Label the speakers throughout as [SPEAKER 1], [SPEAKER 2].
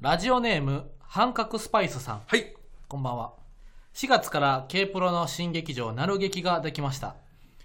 [SPEAKER 1] ラジオネーム、半角スパイスさん、
[SPEAKER 2] はい。
[SPEAKER 1] こんばんは。4月から K プロの新劇場、なる劇ができました。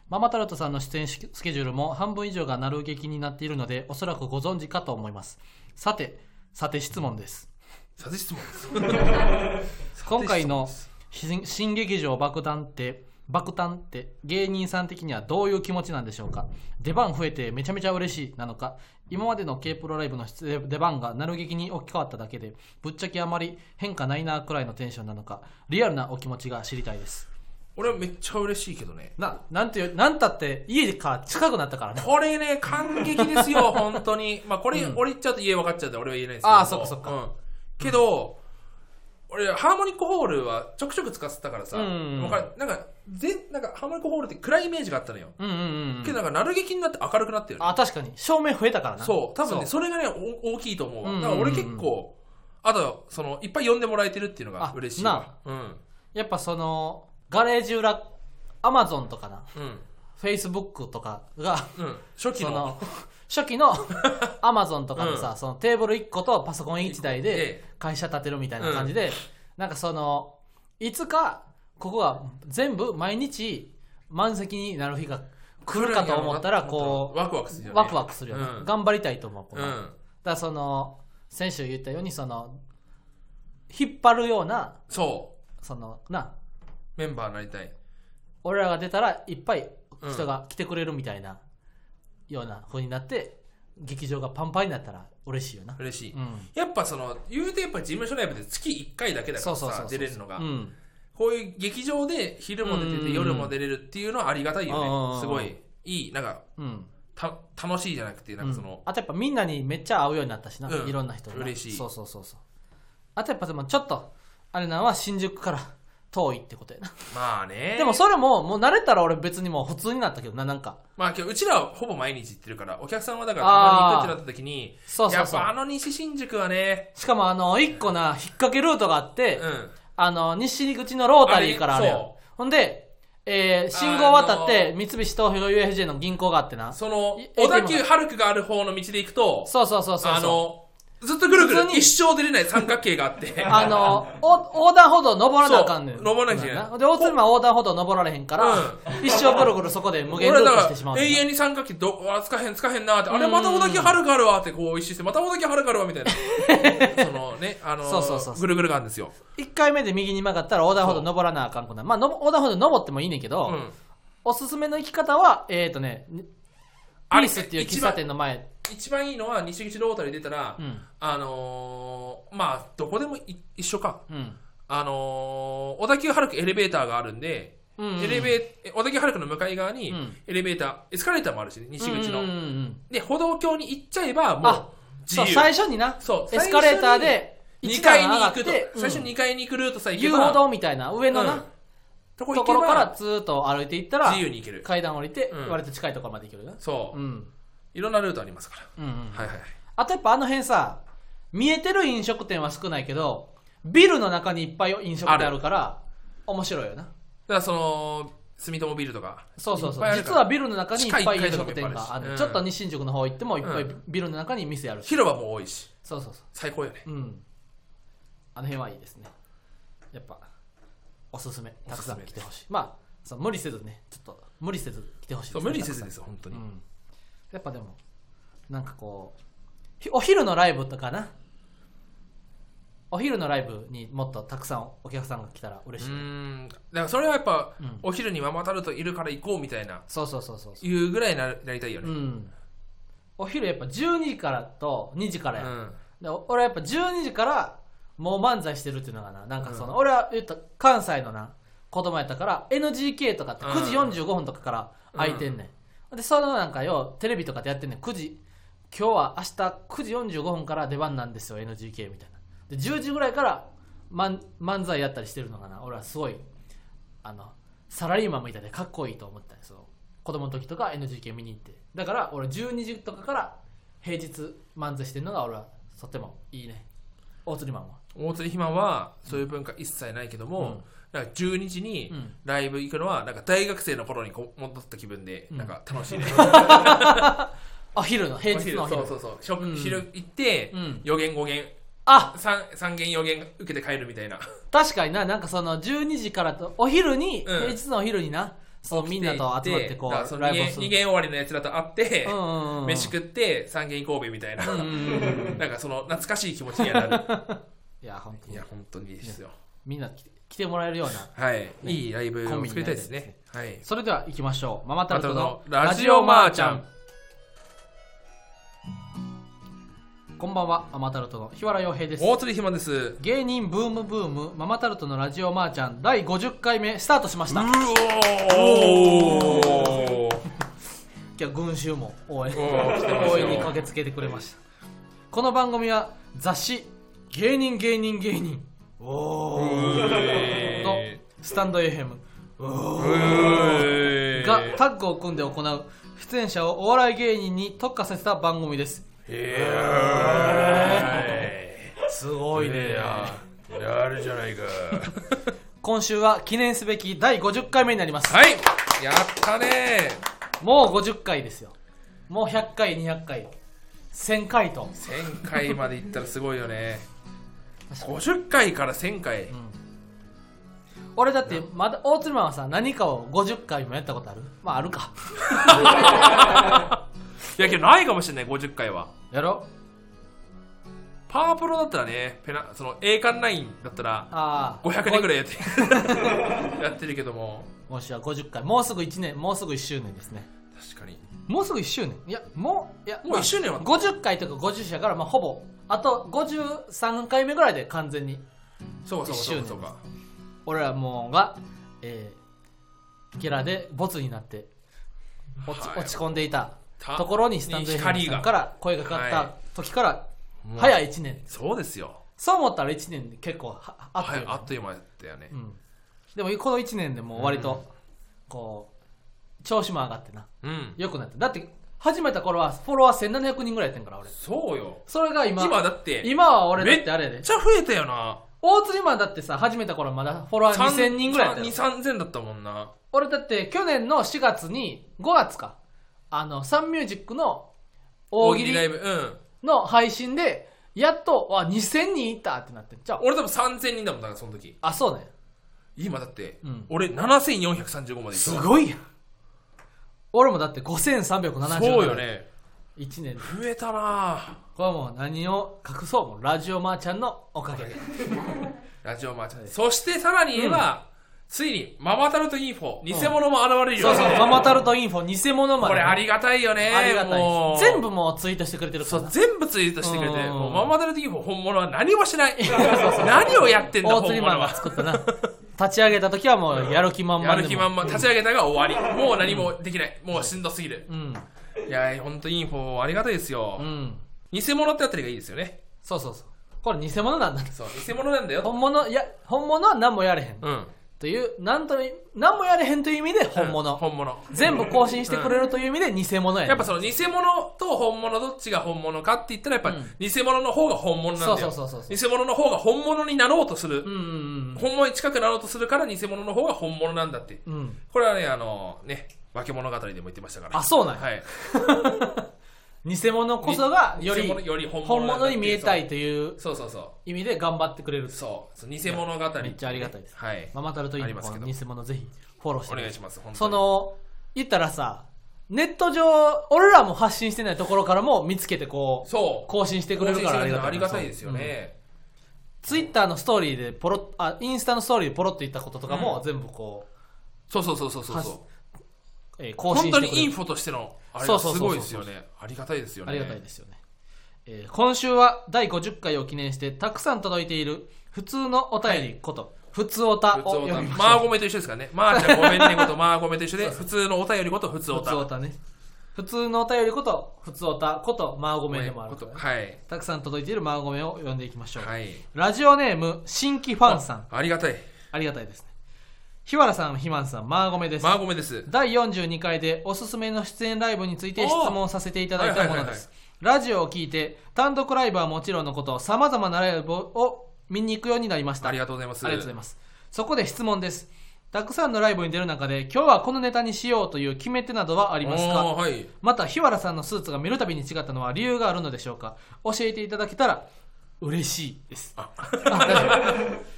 [SPEAKER 1] ママタルトさんの出演しスケジュールも半分以上がなる劇になっているので、おそらくご存知かと思います。さて、さて質問です。
[SPEAKER 2] さて質問です。
[SPEAKER 1] 今回の新新劇場爆弾って爆弾って芸人さん的にはどういう気持ちなんでしょうか出番増えてめちゃめちゃ嬉しいなのか今までの K プロライブの出演出番がなる劇に置き換わっただけでぶっちゃけあまり変化ないなくらいのテンションなのかリアルなお気持ちが知りたいです
[SPEAKER 2] 俺はめっちゃ嬉しいけどね。
[SPEAKER 1] ななんていうなんたって家から近くなったからね
[SPEAKER 2] これね、感激で すよ、本当に。まあ、これ、俺言っちゃうと家分かっちゃうんで、俺は言えないですけど。
[SPEAKER 1] あーそっかそっか
[SPEAKER 2] うんけど、俺、ハーモニックホールはちょくちょく使ってたからさ、
[SPEAKER 1] うん
[SPEAKER 2] わかるなんか、ぜなんか、ハーモニックホールって暗いイメージがあったのよ。
[SPEAKER 1] うんうんうん
[SPEAKER 2] けど、なんか、なる劇になって明るくなってる、ね。
[SPEAKER 1] あ確かに照明増えたからな
[SPEAKER 2] そう、多分ね、それがね、お大きいと思うわ。
[SPEAKER 1] うんう
[SPEAKER 2] だ
[SPEAKER 1] んう
[SPEAKER 2] か
[SPEAKER 1] ん
[SPEAKER 2] ら俺結構、あと、その、いっぱい呼んでもらえてるっていうのが
[SPEAKER 1] あ
[SPEAKER 2] 嬉しいわ。うん。
[SPEAKER 1] やっぱそのガレージ裏アマゾンとかな
[SPEAKER 2] うん。
[SPEAKER 1] フェイスブックとかが
[SPEAKER 2] うん。初期
[SPEAKER 1] そ
[SPEAKER 2] の
[SPEAKER 1] の初期 のアマゾンとかのさ、
[SPEAKER 2] う
[SPEAKER 1] そのテーブル1個とパソコン1台
[SPEAKER 2] え
[SPEAKER 1] で会社建てるみたいな感じで、なんかそのいつかここが全部毎日満席になる日が来るかと思ったらこ
[SPEAKER 2] ワクワクする
[SPEAKER 1] う
[SPEAKER 2] よね
[SPEAKER 1] ワクワクするよね、
[SPEAKER 2] うん
[SPEAKER 1] 頑張りたいと思うこ
[SPEAKER 2] う
[SPEAKER 1] の、だか
[SPEAKER 2] ん
[SPEAKER 1] らその先週言ったようにその引っ張るような
[SPEAKER 2] そ
[SPEAKER 1] そのな
[SPEAKER 2] うメンバーになりたい
[SPEAKER 1] 俺らが出たらいっぱい人が来てくれるみたいなような風になって、劇場がパンパンになったら嬉しいよな、
[SPEAKER 2] 嬉しい、
[SPEAKER 1] うん、
[SPEAKER 2] やっぱその言うてやっぱ事務所ライブで月1回だけだか
[SPEAKER 1] そう
[SPEAKER 2] ら
[SPEAKER 1] そうそうそ
[SPEAKER 2] さ
[SPEAKER 1] う
[SPEAKER 2] 出れるのが、
[SPEAKER 1] うん、
[SPEAKER 2] こういう劇場で昼も出
[SPEAKER 1] うんう
[SPEAKER 2] て
[SPEAKER 1] んうん
[SPEAKER 2] て夜も出れるっていうのはありがたいよ
[SPEAKER 1] あ
[SPEAKER 2] ね
[SPEAKER 1] あ
[SPEAKER 2] すごいいいなんか
[SPEAKER 1] うん
[SPEAKER 2] た楽しいじゃなくてなんかその、
[SPEAKER 1] あとやっぱみんなにめっちゃ会うようになったしな、
[SPEAKER 2] うん
[SPEAKER 1] いろんな人にな
[SPEAKER 2] 嬉しい
[SPEAKER 1] そうそうそうそうあとやっぱでもちょっとあれなのは新宿から遠いってことやな、
[SPEAKER 2] まあね
[SPEAKER 1] でもそれももう慣れたら俺別にもう普通になったけどななんか
[SPEAKER 2] まあ今日うちらはほぼ毎日行ってるからお客さんはだからたまに行くってなった時に
[SPEAKER 1] そうそうそう
[SPEAKER 2] やっぱあの西新宿はね
[SPEAKER 1] しかもあの一個な引っ掛けルートがあって、
[SPEAKER 2] うん
[SPEAKER 1] あの西口のロータリーからあるやん
[SPEAKER 2] あれそ
[SPEAKER 1] ほんで、えー信号渡って三菱東京 UFJ の銀行があってな
[SPEAKER 2] その
[SPEAKER 1] い
[SPEAKER 2] 小田急ハルクがある方の道で行くと
[SPEAKER 1] そうそうそうそうそう
[SPEAKER 2] あのずっとぐるぐる
[SPEAKER 1] 普通に
[SPEAKER 2] 一生出れない三角形があっ て
[SPEAKER 1] あの、お横断歩道登らなあかんねん。
[SPEAKER 2] そう登らなきゃいけない
[SPEAKER 1] で、大津は横断歩道登られへんから、一生ぐるぐるそこで無限ループしてしまう
[SPEAKER 2] 俺
[SPEAKER 1] ねんな。
[SPEAKER 2] だから永遠に三角形どうわつかへんつかへんなーってあれ
[SPEAKER 1] うん
[SPEAKER 2] また小田急はるかあるわってこう一周してまた小田急はるかあるわみたいな そのねあのー
[SPEAKER 1] そうそうそうそう
[SPEAKER 2] ぐるぐるがあるんですよ、
[SPEAKER 1] 一回目で横断歩道右に曲がったら横断歩道登らなあかんくなる。まあ、のぼ横断歩道登ってもいいねんけど、
[SPEAKER 2] うん、
[SPEAKER 1] おすすめの行き方は、えっ、ー、とね、アリスっていう喫茶店の前。
[SPEAKER 2] 一番いいのは西口ロータリー出たら、
[SPEAKER 1] うん。
[SPEAKER 2] あのーまあどこでもい一緒か
[SPEAKER 1] うん。
[SPEAKER 2] あのー小田急はるかエレベーターがあるんで、
[SPEAKER 1] うんうんうん
[SPEAKER 2] エレベーえ小田急はるかの向かい側に
[SPEAKER 1] うん
[SPEAKER 2] エレベーター、エスカレーターもあるしね西口の、
[SPEAKER 1] うんうんうんうん
[SPEAKER 2] で歩道橋に行っちゃえばも
[SPEAKER 1] あ
[SPEAKER 2] う、自
[SPEAKER 1] そう、
[SPEAKER 2] 由
[SPEAKER 1] 最初にな、
[SPEAKER 2] そう
[SPEAKER 1] エスカレーターで、
[SPEAKER 2] 2
[SPEAKER 1] 一
[SPEAKER 2] 階
[SPEAKER 1] 段
[SPEAKER 2] に
[SPEAKER 1] 上が
[SPEAKER 2] 行
[SPEAKER 1] って
[SPEAKER 2] くと、最初
[SPEAKER 1] うん
[SPEAKER 2] 2階に行くルートさえ行け
[SPEAKER 1] 遊
[SPEAKER 2] ば、
[SPEAKER 1] 歩道みたいな、上のな、
[SPEAKER 2] うんとこ
[SPEAKER 1] と
[SPEAKER 2] 行け
[SPEAKER 1] ころから
[SPEAKER 2] ば
[SPEAKER 1] ずーっと歩いていったら、
[SPEAKER 2] 自由に行ける
[SPEAKER 1] 階段降りて、
[SPEAKER 2] うん
[SPEAKER 1] 割と近いところまで行けるな。
[SPEAKER 2] そう、
[SPEAKER 1] うん。
[SPEAKER 2] いろんなルートありますから、
[SPEAKER 1] うんうん
[SPEAKER 2] はいはいはい
[SPEAKER 1] あとやっぱあの辺さ、見えてる飲食店は少ないけど、ビルの中にいっぱい飲食店あるから、面白いよな。
[SPEAKER 2] だからその住友ビルとか
[SPEAKER 1] そうそうそ
[SPEAKER 2] いっぱ
[SPEAKER 1] う。
[SPEAKER 2] いあるか
[SPEAKER 1] 実
[SPEAKER 2] ら
[SPEAKER 1] はビルの中にいっぱい飲食店があ
[SPEAKER 2] う
[SPEAKER 1] る。
[SPEAKER 2] ん
[SPEAKER 1] ちょっと西新宿の方行ってもいっぱい
[SPEAKER 2] うん
[SPEAKER 1] ビルの中に店あるし。
[SPEAKER 2] 広場も多いし
[SPEAKER 1] そうそうそ
[SPEAKER 2] 最高よね
[SPEAKER 1] う。うん。あの辺はいいですね。やっぱ、おすすめ。たくさん来てほしい。まあ、そう無理せずね、ちょっと無理せず来てほしいで
[SPEAKER 2] そう
[SPEAKER 1] すね
[SPEAKER 2] 無理せずですよ本当に、
[SPEAKER 1] うん、やっぱでもなんかこうひお昼のライブとかなお昼のライブにもっとたくさんお客さんが来たら嬉
[SPEAKER 2] う
[SPEAKER 1] しい、
[SPEAKER 2] んだからそれはやっぱ、
[SPEAKER 1] うん
[SPEAKER 2] お昼にママタルトいるから行こうみたいな
[SPEAKER 1] そうそうそうそうそ
[SPEAKER 2] いうぐらいにななりたいよ
[SPEAKER 1] う、う
[SPEAKER 2] ね
[SPEAKER 1] ん、お昼やっぱ12時からと2時か
[SPEAKER 2] う
[SPEAKER 1] らや、
[SPEAKER 2] ん
[SPEAKER 1] でお俺はやっぱ12時からもう漫才してるっていうのがななんかその、
[SPEAKER 2] う
[SPEAKER 1] 俺は言った関西のな子供やったから NGK とかって9時45分とかから空いてんねん、でそのなんかようテレビとかでやってんねん9時今日は明日9時45分から出番なんですよ NGK みたいなで10時ぐらいから漫漫才やったりしてるのがな俺はすごいあのサラリーマンみたいでかっこいいと思ったんですよ子供の時とか NGK 見に行ってだから俺12時とかから平日漫才してるのが俺はとてもいいね大釣りマンは
[SPEAKER 2] 大津肥満はそういう文化一切ないけども、なんか12時に
[SPEAKER 1] うん
[SPEAKER 2] ライブ行くのはなんか大学生の頃にこ戻った気分で
[SPEAKER 1] うん
[SPEAKER 2] なんか楽しいね、
[SPEAKER 1] あ昼の平日のお
[SPEAKER 2] そ
[SPEAKER 1] 昼
[SPEAKER 2] うそうそう食、
[SPEAKER 1] うん
[SPEAKER 2] 昼行って、
[SPEAKER 1] うん
[SPEAKER 2] 予言語源
[SPEAKER 1] あ
[SPEAKER 2] 三三限4限受けて帰るみたいな
[SPEAKER 1] 確かにな、なんかその12時からと、お昼に、
[SPEAKER 2] うん
[SPEAKER 1] 平日のお昼にな、 そうみんなと集まってこ、
[SPEAKER 2] だからそうの
[SPEAKER 1] ライ
[SPEAKER 2] 2
[SPEAKER 1] ブを
[SPEAKER 2] 限
[SPEAKER 1] す
[SPEAKER 2] 二
[SPEAKER 1] る。
[SPEAKER 2] 限終わりのやつらと会って、
[SPEAKER 1] うんうんうん
[SPEAKER 2] 飯食って三限行こうべみたいな、
[SPEAKER 1] うんうんうん
[SPEAKER 2] なんかその懐かしい気持ちには なる
[SPEAKER 1] いや、本当
[SPEAKER 2] い
[SPEAKER 1] に
[SPEAKER 2] や。本当にいいですよ
[SPEAKER 1] みんな来て来てもらえるような。
[SPEAKER 2] はい、いいライブ
[SPEAKER 1] コン
[SPEAKER 2] を
[SPEAKER 1] ビニ
[SPEAKER 2] 作
[SPEAKER 1] の
[SPEAKER 2] りた
[SPEAKER 1] や
[SPEAKER 2] いで
[SPEAKER 1] つ
[SPEAKER 2] すねはい
[SPEAKER 1] それでは行きましょう。ママタ
[SPEAKER 2] あ
[SPEAKER 1] ル
[SPEAKER 2] と
[SPEAKER 1] ト
[SPEAKER 2] の
[SPEAKER 1] の
[SPEAKER 2] ラジオマーちゃん。
[SPEAKER 1] こんばんは、ママタルトの日原洋平です。
[SPEAKER 2] 大鶴ひまですう
[SPEAKER 1] 芸人ブームブームママタルトのラジオマーちゃん第50回目スタートしました。今
[SPEAKER 2] おー
[SPEAKER 1] 日群衆も応援
[SPEAKER 2] おー来てますよ
[SPEAKER 1] 応援に駆けつけてくれました。この番組は雑誌芸人芸人芸人おーのスタンド FM おーがタッグを組んで行う出演者をお笑い芸人に特化させた番組です
[SPEAKER 2] へ
[SPEAKER 1] すご
[SPEAKER 2] ーやるじゃないか
[SPEAKER 1] 今週は記念すべき第50回目になります、
[SPEAKER 2] はいやったね
[SPEAKER 1] もう50回ですよもう100回200回1000回と
[SPEAKER 2] 1000回までいったらすごいよね50回から1000回
[SPEAKER 1] 俺だってまだ大鶴マンはさ何かを50回もやったことあるまああるか
[SPEAKER 2] いやけどないかもしれない50回は
[SPEAKER 1] やろ
[SPEAKER 2] パワープロだったらねペナその栄冠ラインだったら
[SPEAKER 1] ああ
[SPEAKER 2] 500年ぐ
[SPEAKER 1] らい
[SPEAKER 2] らい やってやってるけども
[SPEAKER 1] 今週は50回もうすぐ1年もうすぐ1周年ですね
[SPEAKER 2] 確かに
[SPEAKER 1] もうすぐ1周年いやもういや
[SPEAKER 2] もう1周年は
[SPEAKER 1] 50回とか50社から、まあ、ほぼあと53回目ぐらいで完全に
[SPEAKER 2] そうそうそう
[SPEAKER 1] 一
[SPEAKER 2] そ
[SPEAKER 1] 周
[SPEAKER 2] う
[SPEAKER 1] 年
[SPEAKER 2] か
[SPEAKER 1] 俺らもうが、えー、ゲラでボツになって落ち,、
[SPEAKER 2] はい
[SPEAKER 1] 落ち込んでいた
[SPEAKER 2] た
[SPEAKER 1] ところにスタンド FM
[SPEAKER 2] 光
[SPEAKER 1] さん
[SPEAKER 2] が
[SPEAKER 1] から声がかかっ
[SPEAKER 2] はい
[SPEAKER 1] た時から
[SPEAKER 2] もう
[SPEAKER 1] 早い1年、
[SPEAKER 2] そうですよ
[SPEAKER 1] そう思ったら1年で結構はあっ
[SPEAKER 2] は
[SPEAKER 1] た
[SPEAKER 2] い
[SPEAKER 1] よ、
[SPEAKER 2] あっという間だったよね
[SPEAKER 1] うん、でもこの1年でもう割とこう調子も上がってな
[SPEAKER 2] うん
[SPEAKER 1] 良くなってだって始めた頃はフォロワー1700人ぐらいやってんから俺
[SPEAKER 2] そうよ
[SPEAKER 1] それが今
[SPEAKER 2] 今だって
[SPEAKER 1] 今は俺だってあれや
[SPEAKER 2] め
[SPEAKER 1] で
[SPEAKER 2] っちゃ増えたよな
[SPEAKER 1] 大釣りマンだってさ始めた頃まだフォロワー2000人ぐらいやったよ
[SPEAKER 2] 2000だったもんな
[SPEAKER 1] 俺だって去年の4月に5月かあのサンミュージックの大喜
[SPEAKER 2] ライ
[SPEAKER 1] 利
[SPEAKER 2] ブうん
[SPEAKER 1] の配信でやっとあ2000人いったってなってんじゃあ
[SPEAKER 2] 俺多分3000人だもんだからその時
[SPEAKER 1] あそうね
[SPEAKER 2] 今だって、
[SPEAKER 1] うん
[SPEAKER 2] 俺7435までいった
[SPEAKER 1] ごいやん俺もだって5370
[SPEAKER 2] そうよね
[SPEAKER 1] 1年で
[SPEAKER 2] 増えたな
[SPEAKER 1] これはもう何を隠そうもうラジオマーちゃんのおかげで
[SPEAKER 2] ラジオマーチャン、そしてさらに言えば、ついにママタルトインフォ偽物も現れるよ、
[SPEAKER 1] そうそうママタルトインフォ偽物まで
[SPEAKER 2] これありがたいよね
[SPEAKER 1] ありがたい
[SPEAKER 2] も
[SPEAKER 1] で
[SPEAKER 2] う
[SPEAKER 1] す全部もうツイートしてくれてるか
[SPEAKER 2] そ
[SPEAKER 1] ら
[SPEAKER 2] う
[SPEAKER 1] な
[SPEAKER 2] 全部ツイートしてくれて、
[SPEAKER 1] うん
[SPEAKER 2] もうママタルトインフォ本物は何も しない何をやってんだ
[SPEAKER 1] 大
[SPEAKER 2] 本
[SPEAKER 1] 釣り
[SPEAKER 2] 物
[SPEAKER 1] マンが
[SPEAKER 2] は
[SPEAKER 1] 作 ったな立ち上げた時はもうやる気満々
[SPEAKER 2] や
[SPEAKER 1] で
[SPEAKER 2] る気満々立ち上げたが終わりもう何もできないもうしんどすぎる、
[SPEAKER 1] 々
[SPEAKER 2] いや本当インフォありがたいですよ、
[SPEAKER 1] うんうん
[SPEAKER 2] 偽物ってあたりがいいですよね
[SPEAKER 1] そうそうそうこれ偽物なんだ
[SPEAKER 2] そう偽物なんだよ
[SPEAKER 1] 本物いや本物は何もやれへん
[SPEAKER 2] うん
[SPEAKER 1] というなんと何もやれへんという意味で本物、
[SPEAKER 2] 本物
[SPEAKER 1] 全部更新してくれるという意味で偽物やね
[SPEAKER 2] やっぱその偽物と本物どっちが本物かって言ったらやっぱ
[SPEAKER 1] うん
[SPEAKER 2] 偽物の方が本物なんだよ、
[SPEAKER 1] そうそうそうそう
[SPEAKER 2] 偽物の方が本物になろうとす
[SPEAKER 1] う
[SPEAKER 2] る、
[SPEAKER 1] んうん
[SPEAKER 2] 本物に近くなろうとするから偽物の方が本物なんだって
[SPEAKER 1] うんうん
[SPEAKER 2] これはねあのね化け物語でも言ってましたから
[SPEAKER 1] あそうなんや
[SPEAKER 2] はい
[SPEAKER 1] 偽物こそがより
[SPEAKER 2] 偽物より本物
[SPEAKER 1] 本
[SPEAKER 2] なんだ
[SPEAKER 1] 物に見えたいという
[SPEAKER 2] そうそうそ
[SPEAKER 1] 意味で頑張ってくれる
[SPEAKER 2] うそうそう偽物語
[SPEAKER 1] めっちゃありがたいです
[SPEAKER 2] はい
[SPEAKER 1] ママタルトイン
[SPEAKER 2] あり
[SPEAKER 1] の
[SPEAKER 2] ますけど
[SPEAKER 1] 偽物ぜひフォローして
[SPEAKER 2] お
[SPEAKER 1] くださ
[SPEAKER 2] 願いします本当に
[SPEAKER 1] その言ったらさネット上俺らも発信してないところからも見つけてこう
[SPEAKER 2] そう
[SPEAKER 1] 更新してくれるからありがたい
[SPEAKER 2] ありがたいですよね、
[SPEAKER 1] ツイッターのストーリーでポロッあインスタのストーリーでポロッと言ったこととかも全部こ
[SPEAKER 2] そうそうそうそうそう
[SPEAKER 1] は
[SPEAKER 2] そう
[SPEAKER 1] しう、えー更
[SPEAKER 2] 本
[SPEAKER 1] 新し
[SPEAKER 2] 当
[SPEAKER 1] てく
[SPEAKER 2] に
[SPEAKER 1] れ
[SPEAKER 2] イン
[SPEAKER 1] る
[SPEAKER 2] フォとしてのあれ
[SPEAKER 1] そ
[SPEAKER 2] が
[SPEAKER 1] うそうそう
[SPEAKER 2] す
[SPEAKER 1] そう
[SPEAKER 2] ごいですよねありがたいですよね
[SPEAKER 1] ありがたいですよね、えー今週は第50回を記念してたくさん届いている普通のお便りこと、普通おた
[SPEAKER 2] 普
[SPEAKER 1] を
[SPEAKER 2] 通お
[SPEAKER 1] 読
[SPEAKER 2] た
[SPEAKER 1] みまし
[SPEAKER 2] マー
[SPEAKER 1] ょう
[SPEAKER 2] ゴメと一緒ですからね。マーちゃんごめんね こと、マーゴメと一緒で、普通のお便りこと、普通お
[SPEAKER 1] 普
[SPEAKER 2] た。
[SPEAKER 1] 通おたね普通のお便りこと普通おたことマーゴメでもあるからね
[SPEAKER 2] はい。
[SPEAKER 1] たくさん届いているマーゴメを読んでいきましょう、
[SPEAKER 2] はい。
[SPEAKER 1] ラジオネーム新規ファンさん
[SPEAKER 2] ありがたい。
[SPEAKER 1] ありがたいですね日原さんひまんさんマーゴメです
[SPEAKER 2] マーゴメです。
[SPEAKER 1] 第42回でおすすめの出演ライブについて質問させていただいたものですラジオを聞いて単独ライブはもちろんのことさまざまなライブを見に行くようになりました
[SPEAKER 2] ありがとうございます。
[SPEAKER 1] ありがとうございますそこで質問ですたくさんのライブに出る中で今日はこのネタにしようという決め手などはありますか
[SPEAKER 2] おーはい。
[SPEAKER 1] また日原さんのスーツが見るたびに違ったのは理由があるのでしょうか教えていただけたら嬉しいです。
[SPEAKER 2] あ
[SPEAKER 1] あ大丈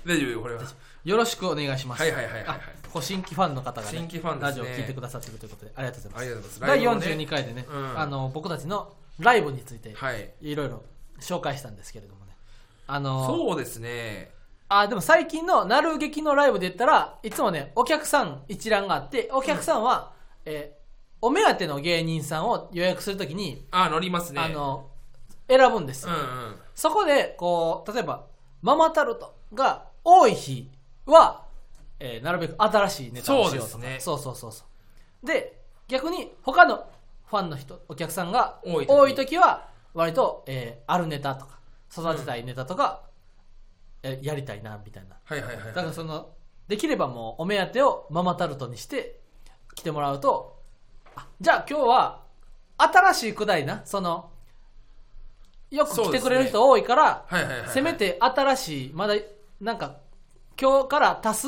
[SPEAKER 2] 大丈夫よ、これは。
[SPEAKER 1] 夫よろしくお願いします。
[SPEAKER 2] はいはいはいはいはい
[SPEAKER 1] あこう新規ファンの方がね、
[SPEAKER 2] 新規ファンで
[SPEAKER 1] ラ
[SPEAKER 2] すね
[SPEAKER 1] ジオを聞いてくださってるということで、ありがとうございま
[SPEAKER 2] あ
[SPEAKER 1] す
[SPEAKER 2] り。がとうござ
[SPEAKER 1] 第
[SPEAKER 2] います。
[SPEAKER 1] 42回でね、
[SPEAKER 2] うん
[SPEAKER 1] あの僕たちのライブについて
[SPEAKER 2] はい。
[SPEAKER 1] いろいろ紹介したんですけれどもねあの
[SPEAKER 2] そうですね。
[SPEAKER 1] あでも最近のなる劇のライブで言ったらいつもねお客さん一覧があってお客さんは、えーお目当ての芸人さんを予約するときに、
[SPEAKER 2] あ、乗りますね。
[SPEAKER 1] あの選ぶんです
[SPEAKER 2] うん
[SPEAKER 1] よ、
[SPEAKER 2] うん。
[SPEAKER 1] そこでこう例えばママタルトが多い日は、えーなるべく新しいネタをしようとか
[SPEAKER 2] そうですね
[SPEAKER 1] そうそうそうそうで逆に他のファンの人お客さんが
[SPEAKER 2] 多い時
[SPEAKER 1] 多い時は割と、えーあるネタとか育てたいネタとか、えーやりたいなみたいな
[SPEAKER 2] はいはいはい。
[SPEAKER 1] だからそのできればもうお目当てをママタルトにして来てもらうとあじゃあ今日は新しいくだりなそのよく来てくれる人多いから、
[SPEAKER 2] はいはいはいはい。
[SPEAKER 1] せめて新しいまだなんか今日から足す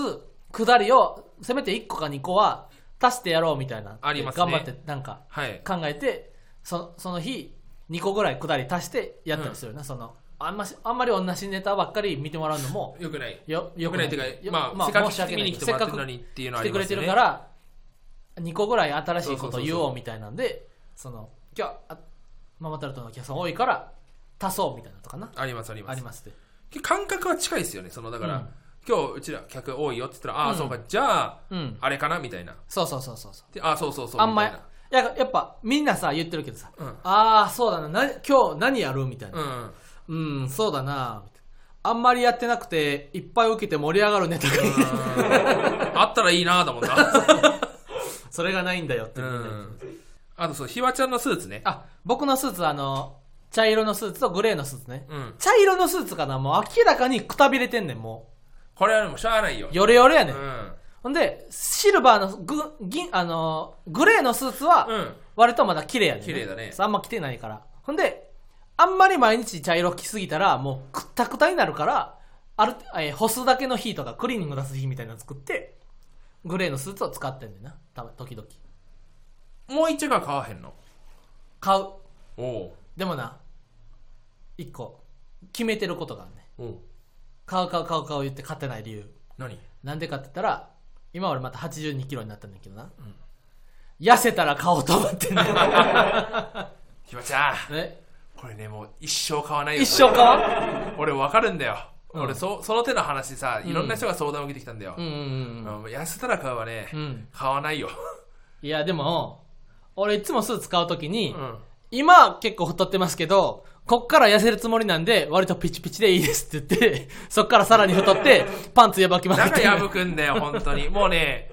[SPEAKER 1] くだりをせめて1個か2個は足してやろうみたいな
[SPEAKER 2] ありますね
[SPEAKER 1] 頑張ってなんか
[SPEAKER 2] はい。
[SPEAKER 1] 考えてそその日2個ぐらいくだり足してやったりするよな、そのあんましあんまり同じネタばっかり見てもらうのも
[SPEAKER 2] よくない。
[SPEAKER 1] よ
[SPEAKER 2] よくないっていうか、まあ、せっかく聞きに来てもらってるのにっていうのは
[SPEAKER 1] 来て
[SPEAKER 2] あり
[SPEAKER 1] く
[SPEAKER 2] ま
[SPEAKER 1] れ
[SPEAKER 2] す
[SPEAKER 1] て
[SPEAKER 2] よ
[SPEAKER 1] る
[SPEAKER 2] ね。
[SPEAKER 1] から2個ぐらい新しいこと
[SPEAKER 2] そうそうそうそう
[SPEAKER 1] 言おうみたいなんでその今日あママタルトのお客さん多いから足そうみたいなのとかな
[SPEAKER 2] ありますあり
[SPEAKER 1] あ
[SPEAKER 2] ます
[SPEAKER 1] り。ますって
[SPEAKER 2] 感覚は近いですよね。その、だから、
[SPEAKER 1] うん
[SPEAKER 2] 今日うちら客多いよって言ったら、ああ、
[SPEAKER 1] うん
[SPEAKER 2] そうか、じゃあ、
[SPEAKER 1] うん
[SPEAKER 2] あれかなみたいな。
[SPEAKER 1] そうそうそうそうそう
[SPEAKER 2] でああ、そうそうそう。
[SPEAKER 1] あんま
[SPEAKER 2] みたい
[SPEAKER 1] やややっぱみんなさ言ってるけどさ、
[SPEAKER 2] うん
[SPEAKER 1] ああそうだなな今日何やるみたいな
[SPEAKER 2] な。うん。
[SPEAKER 1] うん、そうだなみたいなあんまりやってなくていっぱい受けて盛り上がるネタが
[SPEAKER 2] あったらいいなと思った。
[SPEAKER 1] それがないんだよって
[SPEAKER 2] う
[SPEAKER 1] みんな言ってる
[SPEAKER 2] ん。あと、そう、ひわちゃんのスーツね。
[SPEAKER 1] あ僕のスーツあの茶色のスーツとグレーのスーツね、
[SPEAKER 2] うん。
[SPEAKER 1] 茶色のスーツかなもう明らかにくたびれてんねんも
[SPEAKER 2] これはでもしゃあないよ
[SPEAKER 1] う。ヨレヨレやね、
[SPEAKER 2] うんん。
[SPEAKER 1] ほんでシルバーのグ銀あのーグレーのスーツは
[SPEAKER 2] うん。
[SPEAKER 1] 割とまだ綺麗やねん
[SPEAKER 2] 綺麗だね
[SPEAKER 1] そうあんま着てないからほんであんまり毎日茶色着すぎたらもうくったくたになるからある、えー干すだけの日とかクリーニング出す日みたいなの作ってグレーのスーツを使ってんねんなた時々
[SPEAKER 2] もう一着は買わへんの。
[SPEAKER 1] 買う
[SPEAKER 2] おお
[SPEAKER 1] でもな一個決めてることがあるね
[SPEAKER 2] う。おう
[SPEAKER 1] 買う買う買う買う言って買ってない理由
[SPEAKER 2] 何
[SPEAKER 1] なんでかって言ったら今俺また8 2キロになったんだけどな、
[SPEAKER 2] ん
[SPEAKER 1] 痩せたら買おうと思ってんね
[SPEAKER 2] ひわちゃん。
[SPEAKER 1] え
[SPEAKER 2] これね、もう一生買わないよ。
[SPEAKER 1] 一生買わん
[SPEAKER 2] 俺わかるんだよ。
[SPEAKER 1] うん
[SPEAKER 2] 俺そ、その手の話さ、いろんな人が相談を受けてきたんだよ
[SPEAKER 1] う。んうんうん
[SPEAKER 2] うん痩せたら買うはね、
[SPEAKER 1] うん
[SPEAKER 2] 買わないよ。
[SPEAKER 1] いやでも俺いつもスーツ買うときに、
[SPEAKER 2] うん。
[SPEAKER 1] 今結構太ってますけどこっから痩せるつもりなんで割とピチピチでいいですって言って そっからさらに太ってパンツ破きまく
[SPEAKER 2] だ
[SPEAKER 1] っ
[SPEAKER 2] か
[SPEAKER 1] て
[SPEAKER 2] ら破くんだ よ、本当に。もうね、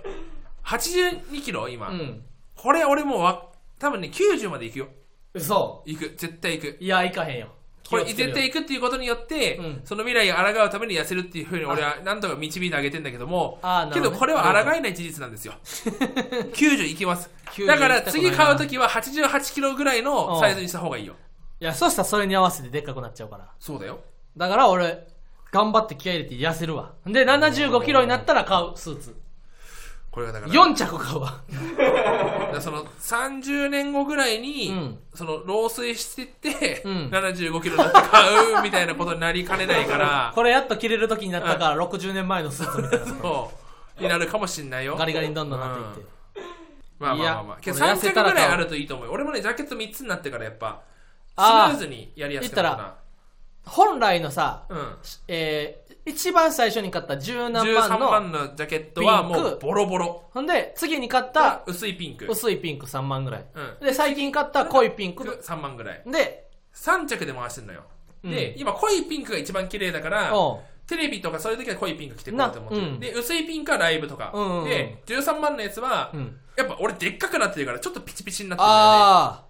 [SPEAKER 2] 82キロ今。
[SPEAKER 1] うん
[SPEAKER 2] これ俺もうわ、多分ね、90まで行くよ。
[SPEAKER 1] 嘘
[SPEAKER 2] 行く。絶対行く。
[SPEAKER 1] いや行かへんよ
[SPEAKER 2] これ
[SPEAKER 1] 気をつけ
[SPEAKER 2] 絶
[SPEAKER 1] るよ
[SPEAKER 2] 対行くっていうことによって、
[SPEAKER 1] うん
[SPEAKER 2] その未来を抗うために痩せるっていうふうに俺は何とか導いてあげてんだけども、
[SPEAKER 1] あーなる
[SPEAKER 2] け
[SPEAKER 1] ほど
[SPEAKER 2] ど
[SPEAKER 1] ね
[SPEAKER 2] これは抗えない事実なんで すよ。90行きます。
[SPEAKER 1] 90
[SPEAKER 2] だから次買うときは88キロぐらいのサイズにした方がいいよ。
[SPEAKER 1] いやそしたらそれに合わせてでっかくなっちゃうから
[SPEAKER 2] そうだよ。
[SPEAKER 1] だから俺、頑張って気合入れて痩せるわ。で、75キロになったら買う、スーツ。
[SPEAKER 2] これがだから、
[SPEAKER 1] 4着買うわ。
[SPEAKER 2] だからその30年後ぐらいに、
[SPEAKER 1] うん
[SPEAKER 2] その老衰してって、
[SPEAKER 1] うん
[SPEAKER 2] 75キロになって買うみたいなことになりかねないから、
[SPEAKER 1] これやっと着れる時になったから、60年前のスーツみたいな。
[SPEAKER 2] そう、になるかもしんないよ。
[SPEAKER 1] ガリガリにどんどんなっていって。
[SPEAKER 2] まあまあまあまあ
[SPEAKER 1] いや
[SPEAKER 2] けど
[SPEAKER 1] これ
[SPEAKER 2] 3
[SPEAKER 1] 痩せ
[SPEAKER 2] 着
[SPEAKER 1] たら
[SPEAKER 2] ぐらい
[SPEAKER 1] 買おう
[SPEAKER 2] あるといいと思うよ俺もねジャケット3つになってからやっぱスム
[SPEAKER 1] あー
[SPEAKER 2] ーズにやりやすくなった
[SPEAKER 1] 本来のさ、
[SPEAKER 2] なうん
[SPEAKER 1] えー、一番最初に買った10何
[SPEAKER 2] 13
[SPEAKER 1] 番の、
[SPEAKER 2] 番のジャケットはも
[SPEAKER 1] ピン
[SPEAKER 2] う
[SPEAKER 1] ク
[SPEAKER 2] ボロボロ
[SPEAKER 1] ほんで、次に買った
[SPEAKER 2] 薄いピンク
[SPEAKER 1] 薄いピンク3万ぐらい。
[SPEAKER 2] う
[SPEAKER 1] で、最近買った濃いピンクと。
[SPEAKER 2] 3万ぐらい
[SPEAKER 1] で、
[SPEAKER 2] 3着で回してんのよ
[SPEAKER 1] うん
[SPEAKER 2] で今濃いピンクが一番綺麗だから
[SPEAKER 1] おう
[SPEAKER 2] テレビとかそういう時は濃いピンク着てこうと思って
[SPEAKER 1] なうん
[SPEAKER 2] るで薄いピンクはライブとか
[SPEAKER 1] うんうんうん
[SPEAKER 2] で13万のやつは
[SPEAKER 1] うん
[SPEAKER 2] やっぱ俺でっかくなってるからちょっとピチピチになってるんだよね
[SPEAKER 1] あ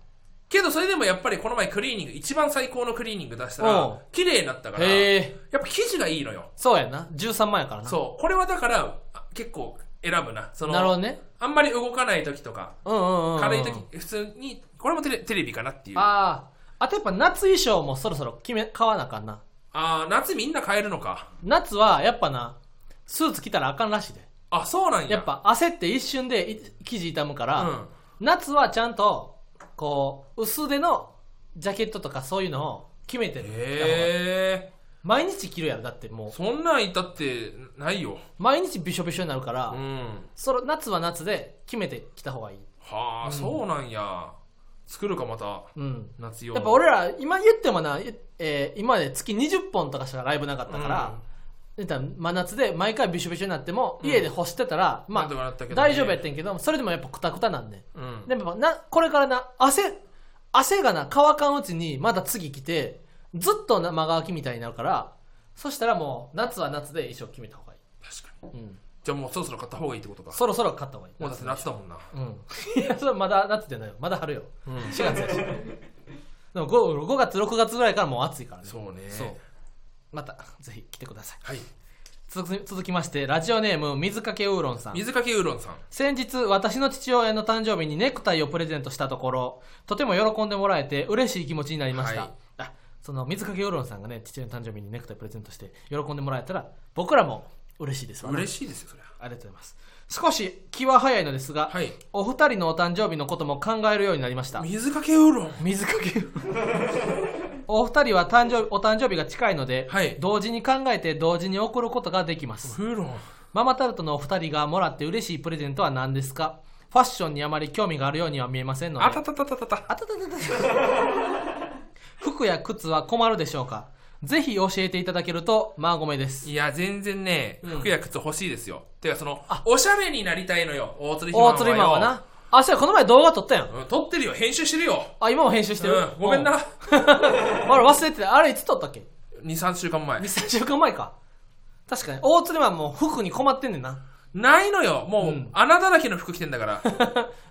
[SPEAKER 2] けどそれでもやっぱりこの前クリーニング一番最高のクリーニング出した
[SPEAKER 1] おう
[SPEAKER 2] ら綺麗になったか
[SPEAKER 1] ー、
[SPEAKER 2] ら
[SPEAKER 1] へえ、
[SPEAKER 2] やっぱ生地がいいのよ
[SPEAKER 1] そうやな。13万やからな。
[SPEAKER 2] そう。これはだから、あ結構選ぶな。その、
[SPEAKER 1] なるほどね。
[SPEAKER 2] あんまり動かない時とか、
[SPEAKER 1] うんうんうんうん。
[SPEAKER 2] 軽い時、普通に、これもテレテレビかなっていう。あ
[SPEAKER 1] あああとやっぱ夏衣装もそろそろ決め買わなあかんな
[SPEAKER 2] あー、夏みんな買えるのか。
[SPEAKER 1] 夏はやっぱなスーツ着たらあかんらしいで
[SPEAKER 2] あ、そうなんや。
[SPEAKER 1] やっ。ぱ焦って一瞬でい生地傷むから、
[SPEAKER 2] うん
[SPEAKER 1] 夏はちゃんとこう薄手のジャケットとかそういうのを決めてる
[SPEAKER 2] へえ。
[SPEAKER 1] 毎日着るやろだってもう
[SPEAKER 2] そんなんいたってないよ
[SPEAKER 1] 毎日びしょびしょになるから、
[SPEAKER 2] うん
[SPEAKER 1] その夏は夏で決めて着た方がいい
[SPEAKER 2] はあ、そうなんや作るかまた
[SPEAKER 1] うん
[SPEAKER 2] 夏用
[SPEAKER 1] やっぱ俺ら今言ってもな、ええー今まで月20本とかしかライブなかったから、言ったら真夏で毎回びしょびしょになっても
[SPEAKER 2] うん
[SPEAKER 1] 家で干してたら、
[SPEAKER 2] な
[SPEAKER 1] ま
[SPEAKER 2] んとかなった
[SPEAKER 1] あ
[SPEAKER 2] けどね
[SPEAKER 1] 大丈夫やってんけどそれでもやっぱクタクタなんで、
[SPEAKER 2] うん、うん
[SPEAKER 1] でもなこれからな汗汗がな乾かんうちにまだ次来てずっとな間が空きみたいになるからそしたらもう夏は夏で衣装決めた方がい
[SPEAKER 2] 確かに
[SPEAKER 1] い、うん、
[SPEAKER 2] じゃあもうそろそろ買った方がいいってことか
[SPEAKER 1] そろそろ買った方がいい
[SPEAKER 2] もうだって夏だもんな
[SPEAKER 1] うん、いやそれまだ夏じゃないよまだ春よ
[SPEAKER 2] うん
[SPEAKER 1] 4月やしでも 5, 5月6月ぐらいからもう暑いからね
[SPEAKER 2] そうね
[SPEAKER 1] そうまたぜひ来てください
[SPEAKER 2] はい
[SPEAKER 1] 続き続きましてラジオネーム水かけウーロンさん
[SPEAKER 2] 水かけうどんさん
[SPEAKER 1] 先日私の父親の誕生日にネクタイをプレゼントしたところとても喜んでもらえて嬉しい気持ちになりました、
[SPEAKER 2] はい
[SPEAKER 1] あその水かけウーロンさんがね父親の誕生日にネクタイプレゼントして喜んでもらえたら僕らも嬉しいですわね
[SPEAKER 2] 嬉しいですよそりゃ
[SPEAKER 1] ありがとうございます少し気は早いのですが、
[SPEAKER 2] はい
[SPEAKER 1] お二人のお誕生日のことも考えるようになりました
[SPEAKER 2] 水かけうどん
[SPEAKER 1] 水かけ お二人は誕生日お誕生日が近いので、
[SPEAKER 2] はい
[SPEAKER 1] 同時に考えて同時に送ることができます
[SPEAKER 2] うどん
[SPEAKER 1] ママタルトのお二人がもらって嬉しいプレゼントは何ですかファッションにあまり興味があるようには見えませんので
[SPEAKER 2] あたたたたたた
[SPEAKER 1] あたたたた 服や靴は困るでしょうかぜひ教えていただけるとマーゴメです
[SPEAKER 2] いや全然ね
[SPEAKER 1] うん
[SPEAKER 2] 服や靴欲しいですよてかその
[SPEAKER 1] あ
[SPEAKER 2] おしゃれになりたいのよ大鶴ひまん
[SPEAKER 1] 大
[SPEAKER 2] は
[SPEAKER 1] 鶴マンはなあそうやこの前動画撮ったやん
[SPEAKER 2] ようん撮ってるよ編集してるよ
[SPEAKER 1] あ今も編集してる、
[SPEAKER 2] うんごめ んな
[SPEAKER 1] あれ忘れてたあれいつ撮ったっけ
[SPEAKER 2] 23週間前
[SPEAKER 1] 23週間前か確かに大鶴マンも服に困ってんねんな
[SPEAKER 2] ないのよもう、
[SPEAKER 1] うん
[SPEAKER 2] 穴だらけの服着てんだから